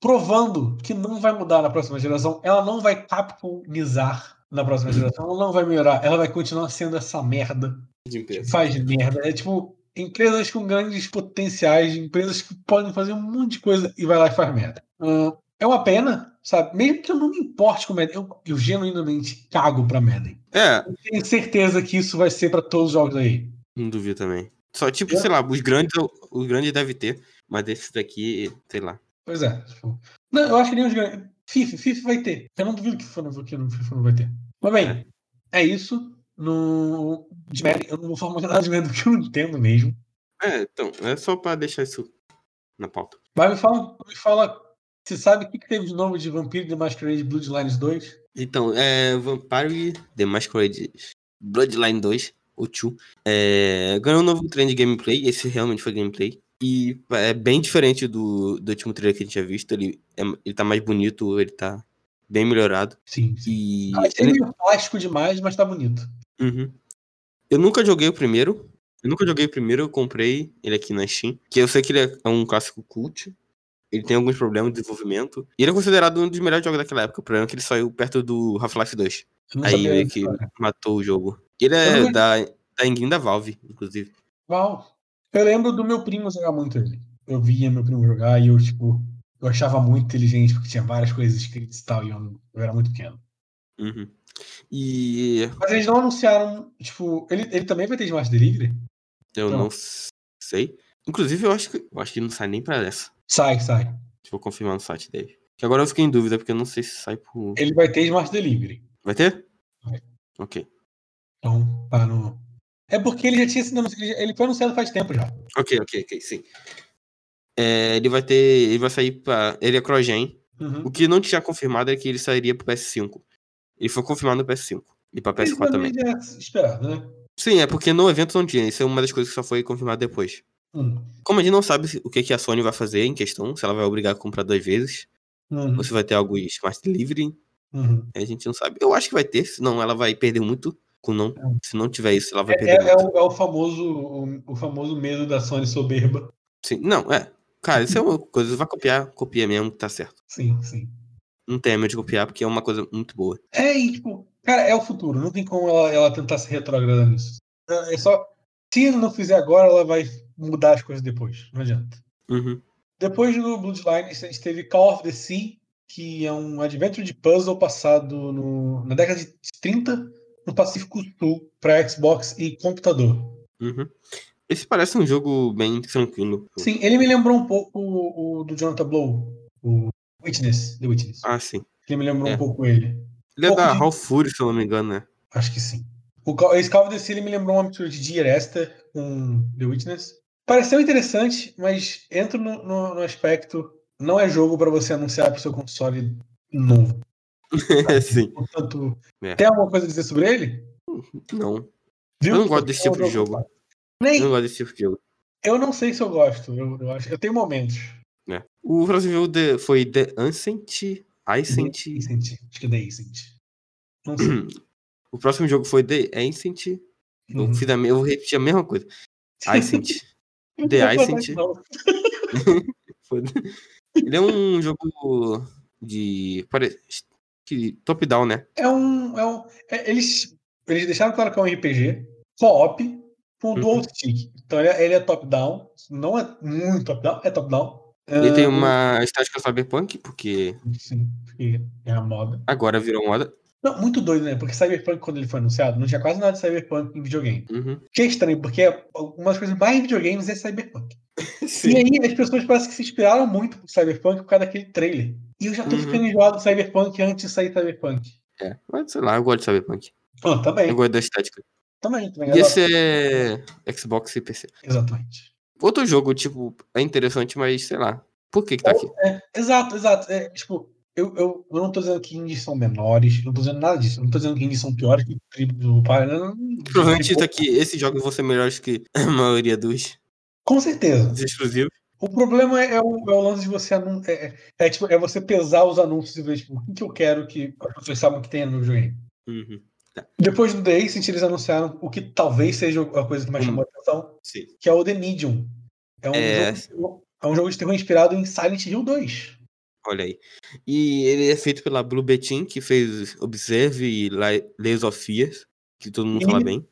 Speaker 1: provando que não vai mudar na próxima geração, ela não vai capitalizar na próxima geração, ela não vai melhorar, ela vai continuar sendo essa merda
Speaker 2: De
Speaker 1: que
Speaker 2: empresa.
Speaker 1: faz merda. É tipo empresas com grandes potenciais, empresas que podem fazer um monte de coisa e vai lá e faz merda. Ahn, é uma pena, sabe? Mesmo que eu não me importe com Madden, eu, eu genuinamente cago pra Madden.
Speaker 2: É,
Speaker 1: Eu tenho certeza que isso vai ser pra todos os jogos aí.
Speaker 2: não duvido também. Só tipo,
Speaker 1: Eu-
Speaker 2: sei lá, os grandes, os grandes devem ter. Mas esse daqui, sei lá.
Speaker 1: Pois é. tipo, não, eu acho que nem os grandes. FIFA, FIFA vai ter. Eu não duvido que FIFA não, que não- FIFA não vai ter. Mas bem, é, isso. No, de Madden, eu não vou falar mais nada de Madden porque eu não entendo mesmo.
Speaker 2: É, então, é só pra deixar isso na pauta.
Speaker 1: Mas me fala, me fala você sabe o que, que teve de novo de Vampire The Masquerade Bloodlines 2?
Speaker 2: Então, é. Vampire The Masquerade Bloodline 2, o 2, é, ganhou um novo trend de gameplay. Esse realmente foi gameplay. E é bem diferente do, do último trailer que a gente tinha visto. Ele, é- ele tá mais bonito, ele tá bem melhorado.
Speaker 1: Sim.
Speaker 2: E.
Speaker 1: Achei
Speaker 2: ele-
Speaker 1: Ah, é meio plástico demais, mas tá bonito.
Speaker 2: Uhum. Eu nunca joguei o primeiro. Eu nunca joguei o primeiro, eu comprei ele aqui na Steam. Que eu sei que ele é- é um clássico cult. Ele tem alguns problemas de desenvolvimento. E ele é considerado um dos melhores jogos daquela época. O problema é que ele saiu perto do Half-Life 2.
Speaker 1: Eu não
Speaker 2: Aí
Speaker 1: sabia
Speaker 2: meio
Speaker 1: disso,
Speaker 2: que
Speaker 1: cara.
Speaker 2: matou o jogo. Ele é
Speaker 1: Eu não-
Speaker 2: da, da enguinha da Valve, inclusive.
Speaker 1: Uau. Eu lembro do meu primo jogar muito ele. Eu via meu primo jogar e eu, tipo, eu achava muito inteligente, porque tinha várias coisas escritas e tal, e eu, não- eu era muito pequeno.
Speaker 2: Uhum. E
Speaker 1: Mas eles não anunciaram, tipo, ele, ele também vai ter Smart Delivery?
Speaker 2: eu
Speaker 1: Então.
Speaker 2: não s- sei. Inclusive, eu acho que eu acho que não sai nem pra essa.
Speaker 1: Sai, sai.
Speaker 2: Vou confirmar no site dele. Que agora eu fiquei em dúvida, porque eu não sei se sai pro.
Speaker 1: Ele vai ter Smart Delivery.
Speaker 2: Vai ter?
Speaker 1: Vai.
Speaker 2: Ok.
Speaker 1: Então, tá no. É porque ele já tinha sido anunciado, ele já- ele foi anunciado faz tempo já.
Speaker 2: Ok, ok, ok, sim. É, ele vai ter. Ele vai sair pra. Ele é Crogen.
Speaker 1: Uhum.
Speaker 2: O que não tinha confirmado é que ele sairia pro PS5. Ele foi confirmado no PS5. E pra
Speaker 1: Isso
Speaker 2: PS4 também.
Speaker 1: já é esperado, né?
Speaker 2: Sim, é porque no evento não tinha. Isso é uma das coisas que só foi confirmada depois.
Speaker 1: Hum.
Speaker 2: Como a gente não sabe se- o que, que a Sony vai fazer em questão, se ela vai obrigar a comprar duas vezes,
Speaker 1: Uhum.
Speaker 2: ou se vai ter algo em Smart Delivery,
Speaker 1: Uhum.
Speaker 2: A gente não sabe. Eu acho que vai ter, senão ela vai perder muito. Com não, se não tiver isso, ela vai perder
Speaker 1: É, é
Speaker 2: muito.
Speaker 1: o, é o famoso, o, o famoso medo da Sony soberba.
Speaker 2: Sim, não, é. Cara, isso é uma
Speaker 1: Uhum.
Speaker 2: coisa. Vai copiar, copia mesmo, tá certo.
Speaker 1: Sim, sim.
Speaker 2: Não tenha medo de copiar, porque é uma coisa muito boa.
Speaker 1: É, e tipo, cara, é o futuro. Não tem como ela, ela tentar se retrogradar nisso. É é só. Se ele não fizer agora, ela vai mudar as coisas depois. Não adianta.
Speaker 2: Uhum.
Speaker 1: Depois do Bloodlines, a gente teve Call of the Sea, que é um adventure de puzzle passado no- na década de 30 no Pacífico Sul para Xbox e computador.
Speaker 2: Uhum. Esse parece um jogo bem tranquilo.
Speaker 1: Sim, ele me lembrou um pouco o, o do Jonathan Blow, o Witness, The Witness.
Speaker 2: Ah, sim.
Speaker 1: Ele me lembrou
Speaker 2: é.
Speaker 1: um pouco ele.
Speaker 2: Ele é da
Speaker 1: Pouco de-
Speaker 2: Hall Fury, se eu não me engano, né?
Speaker 1: Acho que sim. O, Cal- esse Call of Duty ele me lembrou uma mistura de Dear Esther com The Witness. Pareceu interessante, mas entra no, no- no aspecto. Não é jogo pra você anunciar pro seu console novo.
Speaker 2: É, sim.
Speaker 1: Portanto,
Speaker 2: É.
Speaker 1: tem alguma coisa a dizer sobre ele?
Speaker 2: Não.
Speaker 1: Viu
Speaker 2: Eu não
Speaker 1: que
Speaker 2: gosto desse
Speaker 1: é um
Speaker 2: tipo de jogo. Eu
Speaker 1: Nem,
Speaker 2: não gosto desse tipo de jogo.
Speaker 1: eu não sei se eu gosto. Eu, eu acho, eu tenho momentos.
Speaker 2: né? O próximo jogo de- foi The Ancient.
Speaker 1: Uhum.
Speaker 2: Ancient.
Speaker 1: Incent. Acho que é da Incent. Não sei.
Speaker 2: O próximo jogo foi The Ancient.
Speaker 1: Uhum.
Speaker 2: Eu, fiz a me- eu repeti a mesma coisa. Ancient.
Speaker 1: Eu não
Speaker 2: The
Speaker 1: vou botar
Speaker 2: Incent.
Speaker 1: isso, não.
Speaker 2: Foda-se. Ele é um jogo de. pare- que- Top-down, né?
Speaker 1: É um. É um é- eles, eles deixaram claro que é um RPG, co-op, com
Speaker 2: Uhum.
Speaker 1: dual stick. Então ele, é- ele é top-down, não é muito top-down, é top-down.
Speaker 2: Ele tem
Speaker 1: Ah,
Speaker 2: uma estética cyberpunk, porque
Speaker 1: Sim, porque é a moda.
Speaker 2: agora virou moda.
Speaker 1: Não, muito doido, né? Porque Cyberpunk, quando ele foi anunciado, não tinha quase nada de Cyberpunk em videogame.
Speaker 2: Uhum.
Speaker 1: Que é estranho, porque uma das coisas mais em videogames é Cyberpunk. E
Speaker 2: Sim.
Speaker 1: aí as pessoas parecem que se inspiraram muito por Cyberpunk por causa daquele trailer. E eu já tô
Speaker 2: Uhum.
Speaker 1: ficando enjoado do Cyberpunk antes de sair Cyberpunk.
Speaker 2: É. Mas sei lá, eu gosto de cyberpunk.
Speaker 1: Ah, também,
Speaker 2: Eu gosto da estética.
Speaker 1: também, também.
Speaker 2: E esse é Xbox e PC.
Speaker 1: Exatamente.
Speaker 2: Outro jogo, tipo, é interessante, mas sei lá. Por que que tá aqui?
Speaker 1: Exato, exato. É, tipo, eu, eu, eu não tô dizendo que indies são menores, eu não tô dizendo nada disso. Eu não tô dizendo que indies são piores que o tribo do pai. não, não, não.
Speaker 2: Provavelmente
Speaker 1: Tipo,
Speaker 2: isso aqui, esses jogos vão ser melhores que a maioria dos,
Speaker 1: Com certeza.
Speaker 2: dos exclusivos.
Speaker 1: O problema é, é o, é o lance de você anun- é, é, é, tipo, é você pesar os anúncios e ver tipo, o que, que eu quero que as pessoas saibam que tenha no meu videogame.
Speaker 2: Uhum.
Speaker 1: Depois do The Ascent, eles anunciaram o que talvez seja a coisa que mais
Speaker 2: Hum.
Speaker 1: chamou a atenção,
Speaker 2: Sim.
Speaker 1: que é o The Medium. É um,
Speaker 2: É.
Speaker 1: Jogo, de terror- é um jogo de terror inspirado em Silent Hill 2.
Speaker 2: Olha aí. E ele é feito pela Blue Betin, que fez Observe e Li- Layers of Fears, que todo mundo fala
Speaker 1: E-
Speaker 2: bem.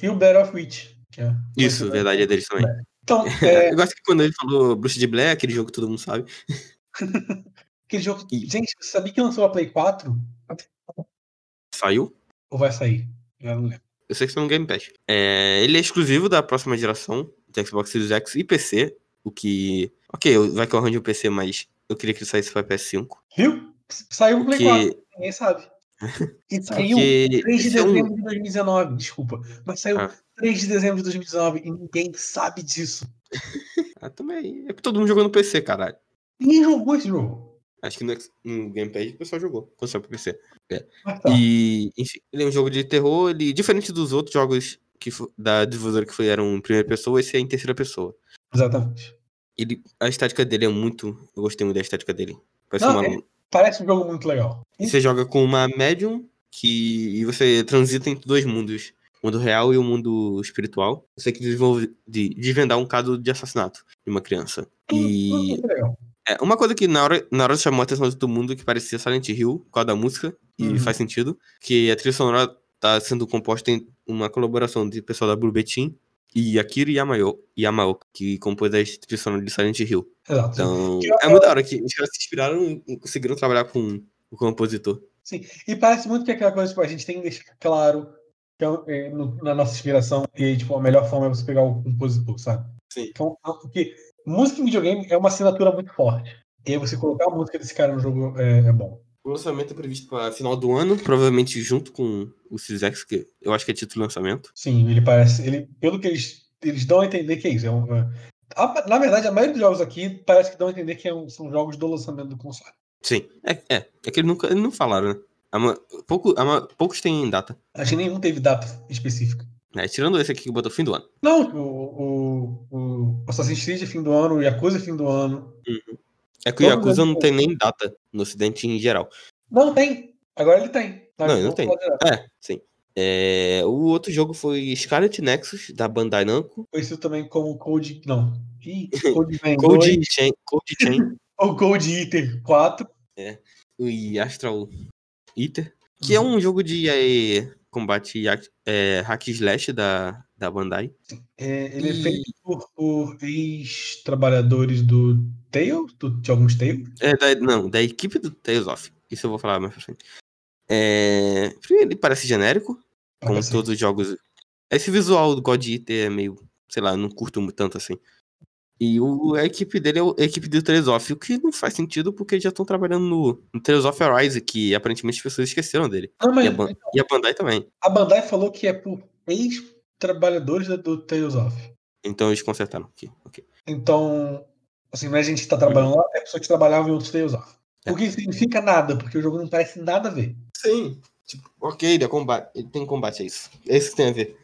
Speaker 1: E o Better of Witch. que é-
Speaker 2: Isso, verdade, é deles também.
Speaker 1: Então, é,
Speaker 2: Eu gosto que quando ele falou Bruxa de Blair, aquele jogo que todo mundo sabe.
Speaker 1: Aquele jogo.
Speaker 2: E-
Speaker 1: Gente, você sabia que lançou a Play 4?
Speaker 2: Saiu.
Speaker 1: Ou vai sair? Eu não lembro.
Speaker 2: Eu sei que foi no Game Pass. É, ele é exclusivo da próxima geração, de Xbox Series X e PC. O que. Ok, eu- vai que eu arranjo o PC, mas eu queria que ele saísse pra PS5.
Speaker 1: Viu? Saiu no Play 4,
Speaker 2: Porque.
Speaker 1: ninguém sabe. E saiu
Speaker 2: porque
Speaker 1: 3 de
Speaker 2: esse é um-
Speaker 1: dezembro de 2019, desculpa. Mas saiu
Speaker 2: Ah.
Speaker 1: 3 de dezembro de 2019 e ninguém sabe disso.
Speaker 2: Ah, também. É porque todo mundo jogou no PC, caralho.
Speaker 1: Ninguém jogou esse jogo.
Speaker 2: Acho que no, X- no Game Pass o pessoal jogou. Quando saiu pro PC.
Speaker 1: Mas tá.
Speaker 2: E, enfim, ele é um jogo de terror, ele, diferente dos outros jogos que fo- da desenvolvedora que foi, eram em primeira pessoa, esse é em terceira pessoa.
Speaker 1: Exatamente.
Speaker 2: Ele, a estética dele é muito. Eu gostei muito da estética dele. Parece
Speaker 1: Não, é.
Speaker 2: uma-
Speaker 1: ele- Parece um jogo muito legal.
Speaker 2: e Você joga com uma médium que. E você transita entre dois mundos. O mundo real e o mundo espiritual. Você tem que desenvolve, de, desvendar um caso de assassinato de uma criança.
Speaker 1: Tudo- tudo
Speaker 2: E
Speaker 1: muito legal.
Speaker 2: é, uma coisa que na hora, na hora chamou a atenção de todo mundo, que parecia Silent Hill, por causa da música, e
Speaker 1: Uhum.
Speaker 2: faz sentido, que a trilha sonora tá sendo composta em uma colaboração de pessoal da Blue Betim e Akira Yamayo, Yamaoka, que compôs a trilha sonora de Silent Hill.
Speaker 1: Exato.
Speaker 2: Então,
Speaker 1: Que eu-
Speaker 2: é muito da hora que os caras se inspiraram e conseguiram trabalhar com o compositor.
Speaker 1: Sim, e parece muito que é aquela coisa, tipo, a gente tem que deixar claro que é o- é, no- na nossa inspiração, e tipo, a melhor forma é você pegar o compositor, sabe?
Speaker 2: Sim.
Speaker 1: Então, é- porque música em videogame é uma assinatura muito forte. E aí você colocar a música desse cara no jogo é, é bom.
Speaker 2: O lançamento é previsto para final do ano, provavelmente junto com o Series X, que eu acho que é título de lançamento.
Speaker 1: Sim, ele parece. Ele, pelo que eles, eles dão a entender que é isso. É um, é- a- na verdade, a maioria dos jogos aqui parece que dão a entender que é um- são jogos do lançamento do console.
Speaker 2: Sim, é, é, é que eles nunca eles não falaram, né? A ma- pouco, a ma- poucos têm data.
Speaker 1: Acho que nenhum teve data específica.
Speaker 2: né? Tirando esse aqui que botou fim do ano.
Speaker 1: Não, o, o, o Assassin's Creed é fim do ano, o Yakuza é fim do ano.
Speaker 2: É que o
Speaker 1: Todos
Speaker 2: Yakuza
Speaker 1: eles
Speaker 2: não tem nem data no ocidente em geral.
Speaker 1: Não tem. Agora ele tem. Tá?
Speaker 2: Não,
Speaker 1: Ele
Speaker 2: não tem.
Speaker 1: pode-
Speaker 2: É, sim. É, o outro jogo foi Scarlet Nexus, da Bandai Namco.
Speaker 1: Conhecido também como Code. Não. Ih, Code Vein
Speaker 2: Code
Speaker 1: 2,
Speaker 2: Chain, Code Chain
Speaker 1: Ou Code Eater 4.
Speaker 2: e Astral Eater. Que é um jogo de eh, combate hack- eh, hack slash da, da Bandai.
Speaker 1: É, ele é
Speaker 2: E-
Speaker 1: feito por, por ex-trabalhadores do Tails, do- de alguns Tails.
Speaker 2: É, da- não, da equipe do Tales of. Isso eu vou falar mais pra frente. É, primeiro, ele parece genérico, como
Speaker 1: Assim,
Speaker 2: todos os jogos. Esse visual do God Eater é meio, sei lá, não curto mu- tanto assim. E o, a equipe dele é o- a equipe do Trezoff, o que não faz sentido porque eles já estão trabalhando no, no Trezoff Arise, que aparentemente as pessoas esqueceram dele.
Speaker 1: Não, mas
Speaker 2: E a, Ban- e a Bandai também.
Speaker 1: a Bandai falou que é por ex-trabalhadores da- do Tails of.
Speaker 2: Então eles consertaram aqui. ok.
Speaker 1: Então, assim, não é a gente que tá trabalhando lá, é pessoa que trabalhava em outros Tails of.
Speaker 2: É.
Speaker 1: O que significa nada, porque o jogo não parece nada a ver.
Speaker 2: Sim. Tipo, ok, ele, é combate, ele tem combate, é isso. É isso que tem a ver.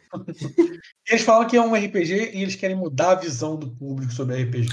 Speaker 1: E eles falam que é um RPG e eles querem mudar a visão do público sobre RPG.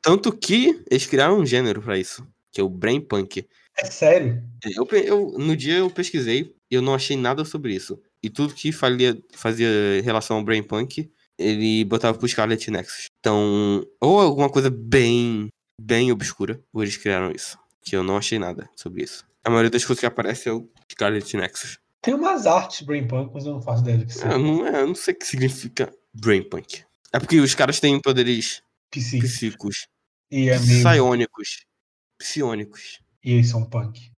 Speaker 2: Tanto que eles criaram um gênero pra isso, que é o Brain Punk.
Speaker 1: É sério?
Speaker 2: É, Eu, pe- eu- no dia eu pesquisei e eu não achei nada sobre isso. E tudo que falia, fazia em relação ao Brain Punk, ele botava pro Scarlet Nexus. Então, ou alguma coisa bem, bem obscura, ou eles criaram isso. Que eu não achei nada sobre isso. A maioria das coisas que aparece é o Scarlet Nexus.
Speaker 1: Tem umas artes Brain Punk, mas eu não faço ideia do que
Speaker 2: Ah,
Speaker 1: seja.
Speaker 2: não, é, eu não sei o que significa Brain Punk. É porque os caras têm poderes
Speaker 1: PC.
Speaker 2: psíquicos,
Speaker 1: E, é meio...
Speaker 2: psiônicos, psionicos.
Speaker 1: e eles são punk.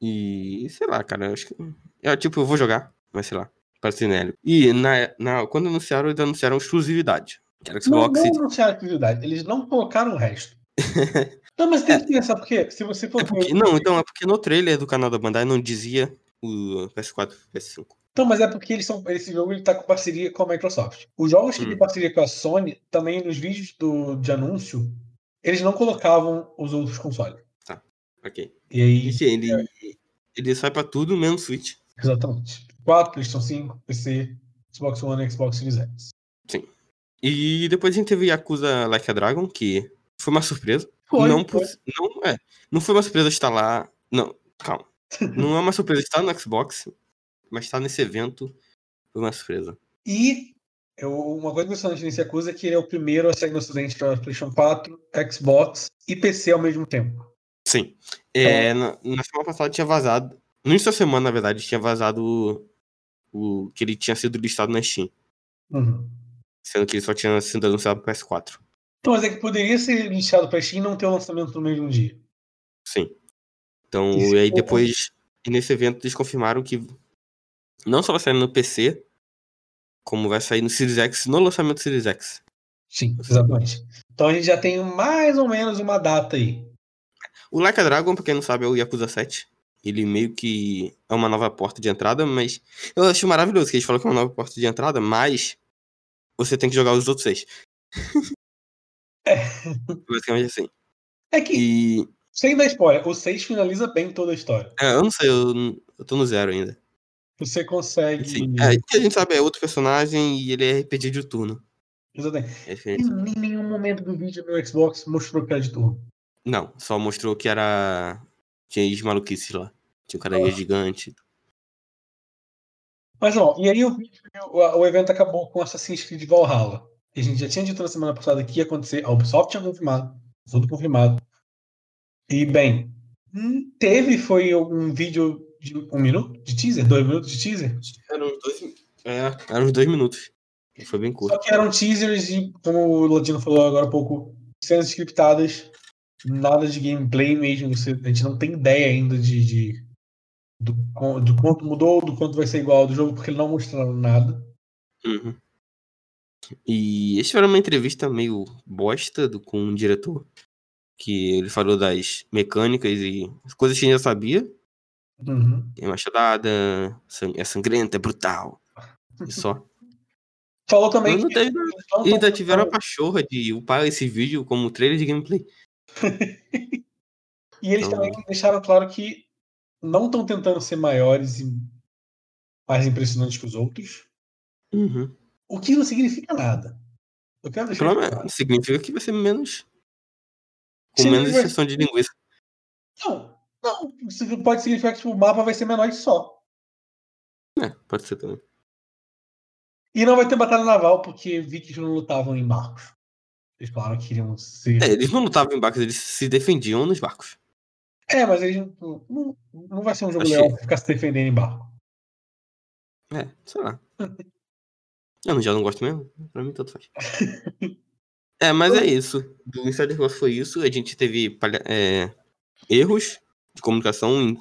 Speaker 2: E sei lá, cara, eu acho que. Eu, tipo, eu vou jogar, mas sei lá. Parece genérico. E na, na, quando anunciaram, eles anunciaram exclusividade. Que era
Speaker 1: Não, é
Speaker 2: Xbox.
Speaker 1: não anunciaram a curiosidade. Eles não colocaram o resto. não, mas tem que pensar, porque se você for
Speaker 2: É porque- não, então é porque no trailer do canal da Bandai não dizia o PS4 PS5.
Speaker 1: Então, mas é porque eles são, esse jogo ele tá com parceria com a Microsoft. Os jogos que
Speaker 2: Hum.
Speaker 1: têm parceria com a Sony, também nos vídeos do, de anúncio, eles não colocavam os outros consoles.
Speaker 2: Ok.
Speaker 1: E aí,
Speaker 2: E que ele, ele sai pra tudo menos Switch.
Speaker 1: exatamente. 4, PlayStation 5, PC, Xbox One e Xbox Series X.
Speaker 2: E depois a gente teve Yakuza Like a Dragon, que foi uma surpresa. não, por- não é. Não foi uma surpresa estar lá. Não, calma. não é uma surpresa estar no Xbox, mas estar nesse evento foi uma surpresa.
Speaker 1: E eu, uma coisa impressionante nesse Yakuza é que ele é o primeiro a sair no ocidente para PlayStation 4, Xbox e PC ao mesmo tempo.
Speaker 2: Sim.
Speaker 1: Então
Speaker 2: É, na, na semana passada tinha vazado. No início da semana, na verdade, tinha vazado o, o que ele tinha sido listado na Steam.
Speaker 1: Uhum.
Speaker 2: Sendo que ele só tinha sido anunciado pro PS4.
Speaker 1: Então, mas é que poderia ser iniciado para Steam e não ter o lançamento no mesmo dia.
Speaker 2: Sim. Então,
Speaker 1: Isso
Speaker 2: e aí
Speaker 1: é-
Speaker 2: depois, e nesse evento, eles confirmaram que não só vai sair no PC, como vai sair no Series X, no lançamento do Series X.
Speaker 1: Sim, exatamente. Então a gente já tem mais ou menos uma data aí.
Speaker 2: O Like a Dragon, pra quem não sabe, é o Yakuza 7. Ele meio que é uma nova porta de entrada, mas. Eu acho maravilhoso que eles falam que é uma nova porta de entrada, mas. Você tem que jogar os outros seis. Basicamente assim.
Speaker 1: É que,
Speaker 2: E.
Speaker 1: sem dar spoiler, o 6 finaliza bem toda a história.
Speaker 2: é, eu não sei, eu, n- eu tô no zero ainda.
Speaker 1: Você consegue.
Speaker 2: Sim. É, o que a gente sabe é outro personagem e ele é RPG de turno.
Speaker 1: Exatamente.
Speaker 2: É
Speaker 1: Em
Speaker 2: diferente.
Speaker 1: nenhum momento do vídeo meu Xbox mostrou que era de turno.
Speaker 2: Não, só mostrou que era. Tinha as maluquices lá. Tinha um cara aí gigante.
Speaker 1: Mas não, e aí o, vídeo- o- o evento acabou com Assassin's Creed Valhalla. E a gente já tinha dito na semana passada que ia acontecer, a Ubisoft tinha confirmado, tudo confirmado. E bem, hum, teve foi um vídeo de um minuto de teaser, dois minutos de teaser.
Speaker 2: Eram uns dois. É, eram uns dois minutos. Foi bem curto.
Speaker 1: Só que eram teasers e, como o Ladino falou agora há pouco, cenas scriptadas, nada de gameplay mesmo. você- a gente não tem ideia ainda de, de- do, qu- do quanto mudou, do quanto vai ser igual ao do jogo, porque não mostraram nada.
Speaker 2: Uhum. E esse era uma entrevista meio bosta do, com um diretor. Que ele falou das mecânicas e as coisas que a gente já sabia.
Speaker 1: Uhum.
Speaker 2: Tem machadada, sang- é sangrenta, é brutal. E só.
Speaker 1: Falou também
Speaker 2: Mas não
Speaker 1: que
Speaker 2: teve
Speaker 1: eles não
Speaker 2: E ainda
Speaker 1: tão-
Speaker 2: tiveram a pachorra de upar esse vídeo como trailer de gameplay.
Speaker 1: E eles
Speaker 2: Então-
Speaker 1: também deixaram claro que não estão tentando ser maiores e mais impressionantes que os outros,
Speaker 2: Uhum.
Speaker 1: o que não significa nada. Eu quero deixar
Speaker 2: Pelo
Speaker 1: isso claro.
Speaker 2: menos, significa que vai ser menos. Com
Speaker 1: Sim,
Speaker 2: menos
Speaker 1: mas-
Speaker 2: exceção de linguiça.
Speaker 1: Não, Não, isso pode significar que tipo, o mapa vai ser menor e só.
Speaker 2: É, pode ser também.
Speaker 1: E não vai ter batalha naval, porque vikings não lutavam em barcos. Eles falaram que queriam ser.
Speaker 2: É, eles não lutavam em barcos, eles se defendiam nos barcos.
Speaker 1: É, mas eles não, não, não vai ser um jogo
Speaker 2: Achei.
Speaker 1: legal ficar se defendendo em barco.
Speaker 2: É, sei lá. Eu não- já não gosto mesmo. Pra mim, tanto faz. é, mas é isso. Do Insider Cross foi isso. A gente teve palha- é, erros de comunicação em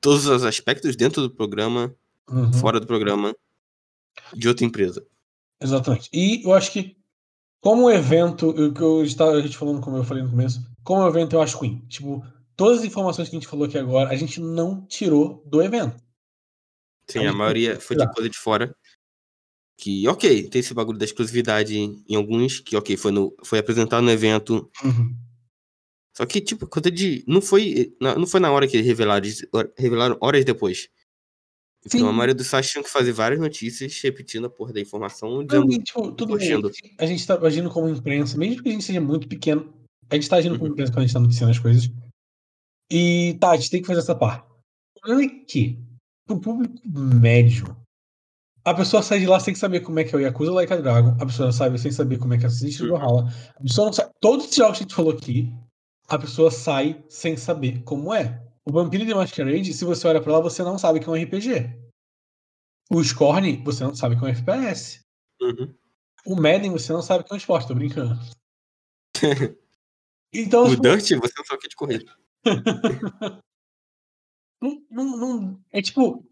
Speaker 2: todos os aspectos, dentro do programa,
Speaker 1: Uhum.
Speaker 2: fora do programa, de outra empresa.
Speaker 1: Exatamente. E eu acho que, como evento, o que eu estava a gente falando, como eu falei no começo, como evento eu acho ruim. Tipo, todas as informações que a gente falou aqui agora, a gente não tirou do evento.
Speaker 2: Sim, a maioria foi de coisa de fora. Que, ok, tem esse bagulho da exclusividade em alguns, que, ok, foi, no, foi apresentado no evento, Só que, tipo, coisa de. Não foi, na- não foi na hora que eles revelaram, eles hor- revelaram horas depois. Então
Speaker 1: Sim.
Speaker 2: a maioria dos sites tinham que fazer várias notícias repetindo a porra da informação.
Speaker 1: Não,
Speaker 2: Dizendo,
Speaker 1: e, tipo, tudo bem.
Speaker 2: Curtindo.
Speaker 1: A gente está agindo como imprensa, mesmo que a gente seja muito pequeno, a gente está agindo como
Speaker 2: Uhum.
Speaker 1: imprensa quando a gente está noticiando as coisas. E tá, a gente tem que fazer essa parte. O problema é que, pro público médio, a pessoa sai de lá sem saber como é que é o Yakuza Like a Dragon, a pessoa sai sem saber como é que é Assassin's Creed
Speaker 2: Uhum.
Speaker 1: Valhalla, a pessoa não sabe. Todos os jogos que a gente falou aqui, a pessoa sai sem saber como é. O Vampiro The Masquerade, se você olha pra lá, você não sabe que é um RPG. O Scorn, você não sabe que é um FPS.
Speaker 2: uhum.
Speaker 1: O Madden, você não sabe que é um esporte, tô brincando. Então,
Speaker 2: O
Speaker 1: tipo,
Speaker 2: Dirt, você não sabe o que é de correr.
Speaker 1: não, não- não- é tipo,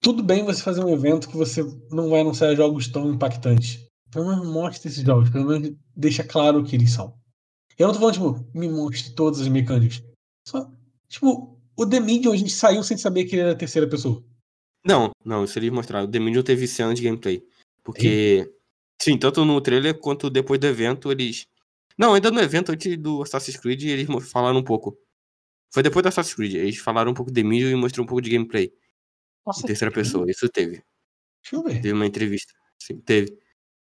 Speaker 1: tudo bem você fazer um evento que você não vai anunciar jogos tão impactantes. Pelo menos mostra esses jogos, pelo menos deixa claro o que eles são. Eu não tô falando, tipo, me mostre todas as mecânicas. Só, tipo, o The Medium a gente saiu sem saber que ele era a terceira pessoa.
Speaker 2: Não, não, isso eles mostraram. O The Medium teve cenas de gameplay. Porque. Sim, tanto no trailer quanto depois do evento, eles. Não, ainda no evento antes do Assassin's Creed, eles mo- falaram um pouco. Foi depois do Assassin's Creed. Eles falaram um pouco do The Medium e mostrou um pouco de gameplay. Em
Speaker 1: Nossa,
Speaker 2: terceira pessoa, isso teve.
Speaker 1: deixa eu ver.
Speaker 2: Teve uma entrevista. Sim, teve.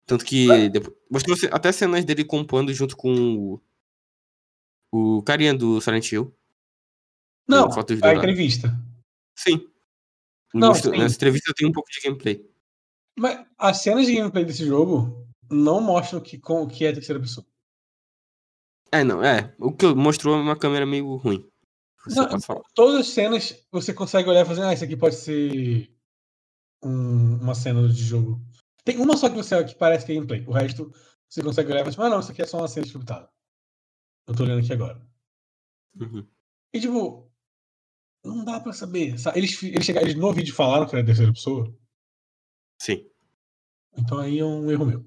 Speaker 2: Tanto que. Depois, mostrou ce- até cenas dele compondo junto com o. O carinha do Silent Hill.
Speaker 1: Não,
Speaker 2: Tem fotos
Speaker 1: a
Speaker 2: dele lá.
Speaker 1: entrevista.
Speaker 2: Sim.
Speaker 1: Não,
Speaker 2: Mostrou-
Speaker 1: sim.
Speaker 2: Nessa entrevista tem um pouco de gameplay.
Speaker 1: Mas as cenas de gameplay desse jogo não mostram que, com, o que é a terceira pessoa.
Speaker 2: É, não, é. O que eu- mostrou é uma câmera meio ruim. Você
Speaker 1: Não,
Speaker 2: pode falar.
Speaker 1: todas as cenas você consegue olhar e fazer, ah, isso aqui pode ser um- uma cena de jogo. Tem uma só que você olha que parece que é gameplay. O resto você consegue olhar e falar, ah, não, isso aqui é só uma cena scriptada. Eu tô olhando aqui agora.
Speaker 2: Uhum.
Speaker 1: E tipo, não dá pra saber. sabe? Eles, fi- eles, chegaram, eles no vídeo falaram que era a terceira pessoa,
Speaker 2: Sim.
Speaker 1: então aí é um erro meu.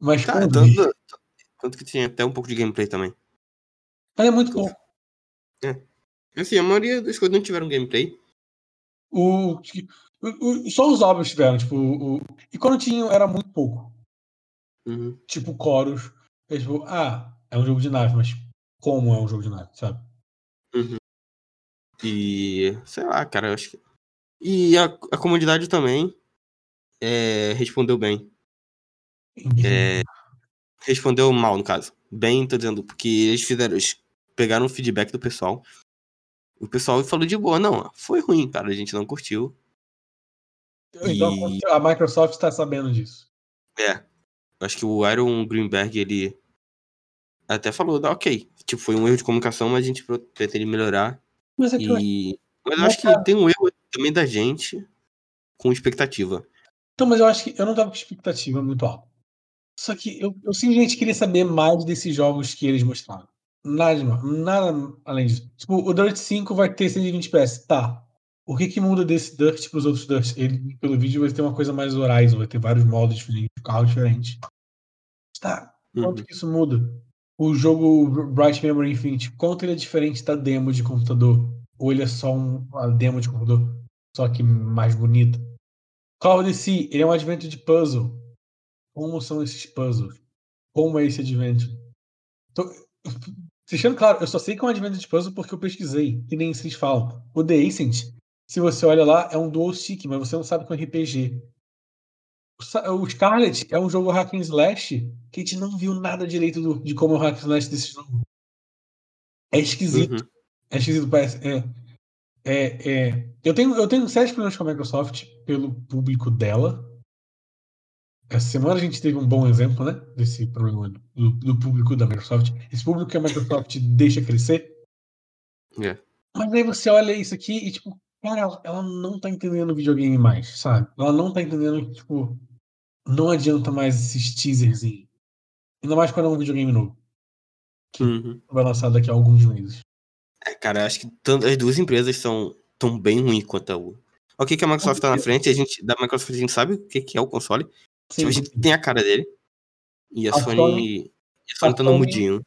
Speaker 1: Mas,
Speaker 2: Tá,
Speaker 1: como vi-
Speaker 2: tanto, tanto que tinha até um pouco de gameplay também.
Speaker 1: mas é muito bom.
Speaker 2: Assim, a maioria das coisas não tiveram gameplay.
Speaker 1: O, o- o- só os óbvios tiveram, tipo, o- e quando tinham era muito pouco.
Speaker 2: Uhum.
Speaker 1: tipo Chorus. É tipo, ah, é um jogo de nave, mas como é um jogo de nave, sabe?
Speaker 2: E. sei lá, cara, eu acho que. E a, a comunidade também é, respondeu bem.
Speaker 1: Uhum.
Speaker 2: É, respondeu mal, no caso. Bem, tô dizendo, porque eles fizeram. Eles pegaram o feedback do pessoal. O pessoal falou de boa, não. Foi ruim, cara. A gente não curtiu.
Speaker 1: Então
Speaker 2: e-
Speaker 1: a Microsoft está sabendo disso.
Speaker 2: É. Eu acho que o Aaron Greenberg, ele. Até falou, "Dá ok. Tipo, foi um erro de comunicação, mas a gente pro- pretende melhorar.
Speaker 1: Mas é que eu acho-
Speaker 2: E. Mas eu
Speaker 1: Mas, tá.
Speaker 2: acho que tem um erro também da gente com expectativa.
Speaker 1: Então, mas eu acho que eu não tava com expectativa muito alta. Só que eu, eu simplesmente queria saber mais desses jogos que eles mostraram. Nada, demais, nada além disso. Tipo, o Dirt 5 vai ter 120 PS. Tá. O que que muda desse Dirt pros outros Dirt? Ele, pelo vídeo, vai ter uma coisa mais Horizon, vai ter vários modos diferentes, carro diferente. Tá. quanto
Speaker 2: Uhum.
Speaker 1: que isso muda. O jogo Bright Memory Infinite, quanto ele é diferente da demo de computador? Ou ele é só um- uma demo de computador, só que mais bonita? Call of Duty, ele é um advento de puzzle. Como são esses puzzles? Como é esse advento? Tô... Deixando claro, eu só sei que é um advento de puzzle porque eu pesquisei, que nem vocês falam. O The Ascent, se você olha lá, é um dual stick, mas você não sabe que é um RPG. O Sa- O Scarlet é um jogo hack and slash que a gente não viu nada direito do- de como é o hack and slash desse jogo. É esquisito.
Speaker 2: Uhum.
Speaker 1: É esquisito, parece. é. É, é, eu, tenho, eu tenho sérios problemas com a Microsoft pelo público dela. Essa semana a gente teve um bom exemplo, né? Desse problema do, do público da Microsoft. Esse público que a Microsoft deixa crescer.
Speaker 2: É.
Speaker 1: Mas aí você olha isso aqui e, tipo, cara, ela, ela não tá entendendo videogame mais, sabe? Ela não tá entendendo que, tipo, não adianta mais esses teasers. Ainda mais quando é um videogame novo. Que
Speaker 2: Uhum.
Speaker 1: vai lançar daqui a alguns meses.
Speaker 2: É, cara, eu acho que tanto, as duas empresas são tão bem ruins quanto a U. O que, que a Microsoft tá na frente, a gente, da Microsoft a gente sabe o que, que é o console. Tipo, a gente tem a cara dele. E a,
Speaker 1: A
Speaker 2: Sony.
Speaker 1: Sony-
Speaker 2: A Sony
Speaker 1: a
Speaker 2: tá no
Speaker 1: Sony-
Speaker 2: mudinho.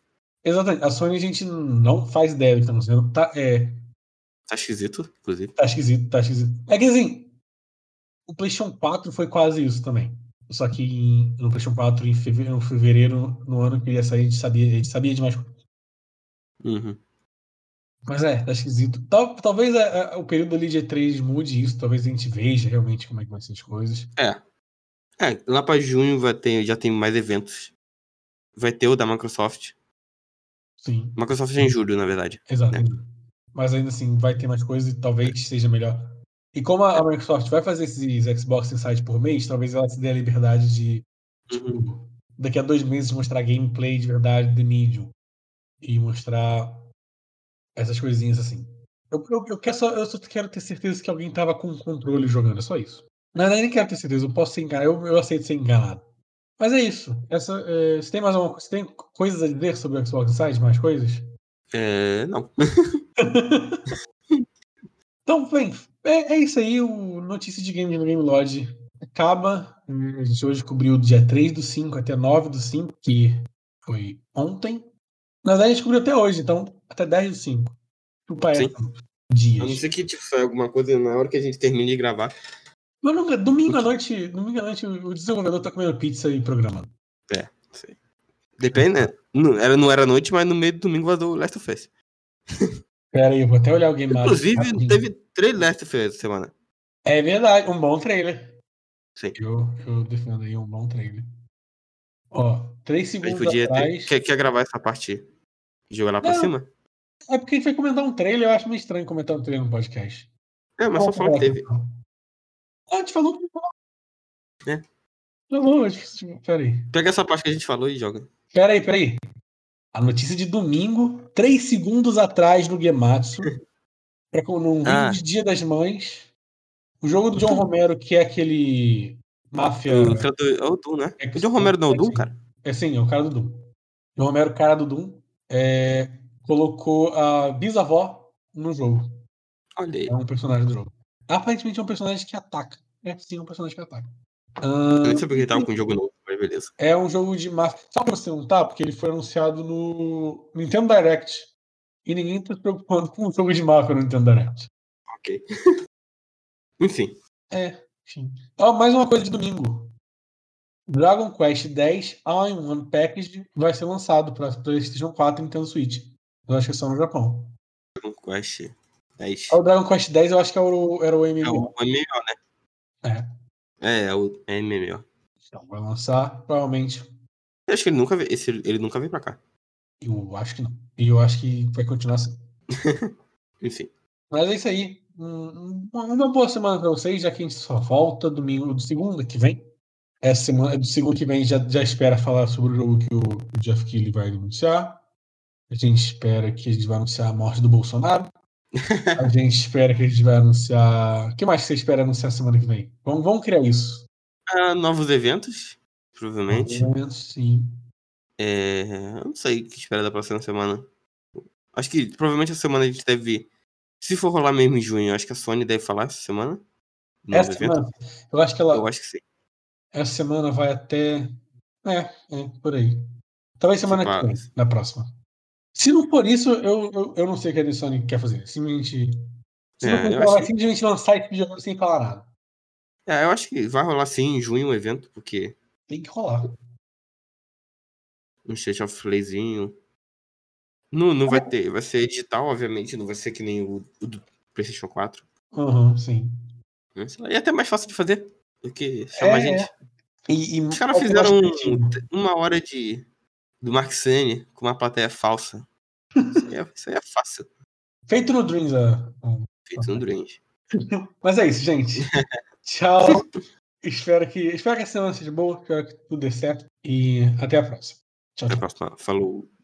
Speaker 1: Exatamente. A Sony a gente não faz ideia do que tá acontecendo. Tá, é,
Speaker 2: Tá esquisito, inclusive.
Speaker 1: tá esquisito, tá esquisito. É que assim, o PlayStation 4 foi quase isso também. Só que em- no PlayStation 4, em fevereiro, no, fevereiro, no ano que ele ia sair, a gente sabia, a gente sabia demais.
Speaker 2: Uhum.
Speaker 1: Mas é, tá esquisito. Tal- talvez a- a- o período ali de E3 mude isso, talvez a gente veja realmente como é que vão ser as coisas.
Speaker 2: É, lá pra junho vai ter, já tem mais eventos. Vai ter o da Microsoft.
Speaker 1: Sim,
Speaker 2: Microsoft é em julho, na verdade.
Speaker 1: exato.
Speaker 2: É.
Speaker 1: Mas ainda assim, vai ter mais coisas e talvez seja melhor. E como a a Microsoft vai fazer esses Xbox Insight por mês, talvez ela se dê a liberdade de
Speaker 2: Uhum.
Speaker 1: Tipo, daqui a dois meses mostrar gameplay de verdade do Medium e mostrar essas coisinhas assim. Eu, eu, eu quero só, eu só quero ter certeza que alguém tava com o controle jogando, é só isso. Na verdade, nem quero ter certeza, eu posso ser enganado, eu, eu aceito ser enganado. Mas é isso. Essa, é, você tem mais alguma coisa? Você tem coisas a dizer sobre o Xbox Insight? Mais coisas?
Speaker 2: É, não.
Speaker 1: Então, bem, é, é isso aí. O Notícia de Game no Game Lodge acaba. Hum, A gente hoje cobriu do dia 3 do 5 até 9 do 5, que foi ontem. Na verdade, a gente cobriu até hoje, então até 10 do 5. Chupa
Speaker 2: Sim.
Speaker 1: essa,
Speaker 2: A não
Speaker 1: dias.
Speaker 2: ser que tipo, saia alguma coisa na hora que a gente termine de gravar.
Speaker 1: Mas nunca- domingo à noite, domingo à noite, o o desenvolvedor tá comendo pizza e programando.
Speaker 2: Depende, né? Não era, não era noite, mas no meio do domingo vazou o Last of Us.
Speaker 1: Pera aí, eu vou até olhar o Game Mario
Speaker 2: Inclusive,
Speaker 1: rapidinho.
Speaker 2: teve três Last of Us essa semana.
Speaker 1: É verdade, um bom trailer.
Speaker 2: Sim.
Speaker 1: Eu, eu defendo aí um bom trailer. Ó, 3
Speaker 2: A gente
Speaker 1: segundos
Speaker 2: podia ter.
Speaker 1: atrás.
Speaker 2: Quer, quer gravar essa parte e jogar lá pra
Speaker 1: Não.
Speaker 2: cima?
Speaker 1: É porque a gente vai comentar um trailer, eu acho meio estranho comentar um trailer no podcast.
Speaker 2: É, mas só falar que teve.
Speaker 1: então. Ah, a gente falou que
Speaker 2: É.
Speaker 1: Tá bom, acho que- tipo, peraí.
Speaker 2: Pega essa parte que a gente falou e joga.
Speaker 1: Peraí, peraí. A notícia de domingo, três segundos atrás no Gematsu, pra, com- num vídeo
Speaker 2: Ah.
Speaker 1: de Dia das Mães, o jogo do John Romero, que é aquele máfia...
Speaker 2: O cara do- é o Du, né? O John Romero não é o Du, cara?
Speaker 1: É sim, é o cara do Doom. O Romero, cara do Doom, é, colocou a bisavó no jogo.
Speaker 2: Olha aí.
Speaker 1: É um personagem do jogo. Aparentemente é um personagem que ataca. É sim, é um personagem que ataca.
Speaker 2: Eu
Speaker 1: Ahn,
Speaker 2: nem sabia que ele tava com um jogo novo, mas beleza.
Speaker 1: é um jogo de máfia. Só pra você não tá, porque ele foi anunciado no Nintendo Direct. E ninguém tá se preocupando com um jogo de máfia no Nintendo Direct.
Speaker 2: Ok. Enfim.
Speaker 1: Enfim. Ó, mais uma coisa de domingo. Dragon Quest X All-in-One Package vai ser lançado pra PlayStation 4 e Nintendo Switch. Eu acho que é só no Japão.
Speaker 2: Dragon Quest 10.
Speaker 1: Ah, O Dragon Quest X eu acho que era o, era o
Speaker 2: É
Speaker 1: MMO.
Speaker 2: o MMO, né? É, é o é MMO.
Speaker 1: Então, vai lançar provavelmente
Speaker 2: Eu acho que ele nunca veio. Esse, ele nunca veio pra cá.
Speaker 1: Eu acho que não. E eu acho que vai continuar assim.
Speaker 2: Enfim.
Speaker 1: Mas é isso aí. Um- Uma uma boa semana pra vocês, já que a gente só volta domingo do segunda que vem. Essa semana, do segundo que vem, já, já espera falar sobre o jogo que o, o Jeff Keighley vai anunciar. A gente espera que a gente vai anunciar a morte do Bolsonaro. A gente espera que a gente vai anunciar. O que mais que você espera anunciar semana que vem? Vamos, vamos criar isso.
Speaker 2: Ah, novos eventos, provavelmente.
Speaker 1: Pelo menos, Sim.
Speaker 2: É, eu não sei o que espera da próxima semana. Acho que provavelmente essa semana a gente deve. Se for rolar mesmo em junho, acho que a Sony deve falar essa semana. Novo
Speaker 1: Essa
Speaker 2: evento.
Speaker 1: semana, eu acho que ela,
Speaker 2: Eu acho que sim.
Speaker 1: Essa semana vai até. É, é, por aí. Talvez semana
Speaker 2: Tipo,
Speaker 1: que vem,
Speaker 2: ah,
Speaker 1: na próxima. Se não for isso, eu, eu, eu não sei o que a Sony quer fazer. Simplesmente. Se não
Speaker 2: É,
Speaker 1: for isso,
Speaker 2: eu
Speaker 1: ela vai
Speaker 2: acho
Speaker 1: simplesmente lançar esse videogame sem falar nada.
Speaker 2: É, eu acho que vai rolar sim em junho um evento, porque
Speaker 1: Tem que rolar.
Speaker 2: um State of Playzinho. Não, não vai ter. Vai ser digital, obviamente, não vai ser que nem o, o do PlayStation 4.
Speaker 1: Aham, sim.
Speaker 2: né? Sei lá, E é até mais fácil de fazer do que chamar
Speaker 1: É,
Speaker 2: gente.
Speaker 1: E, e
Speaker 2: Os caras
Speaker 1: faz
Speaker 2: fizeram
Speaker 1: bastante né? sentido.
Speaker 2: um- uma hora de do Mark Sene com uma plateia falsa. Isso aí é, isso aí é fácil.
Speaker 1: Feito no Dreams, a, a
Speaker 2: Feito um duende.
Speaker 1: Mas é isso, gente. Tchau. espero, que, espero que a semana seja boa, espero que tudo dê certo. E até a próxima. Tchau, tchau.
Speaker 2: Até a próxima. Falou.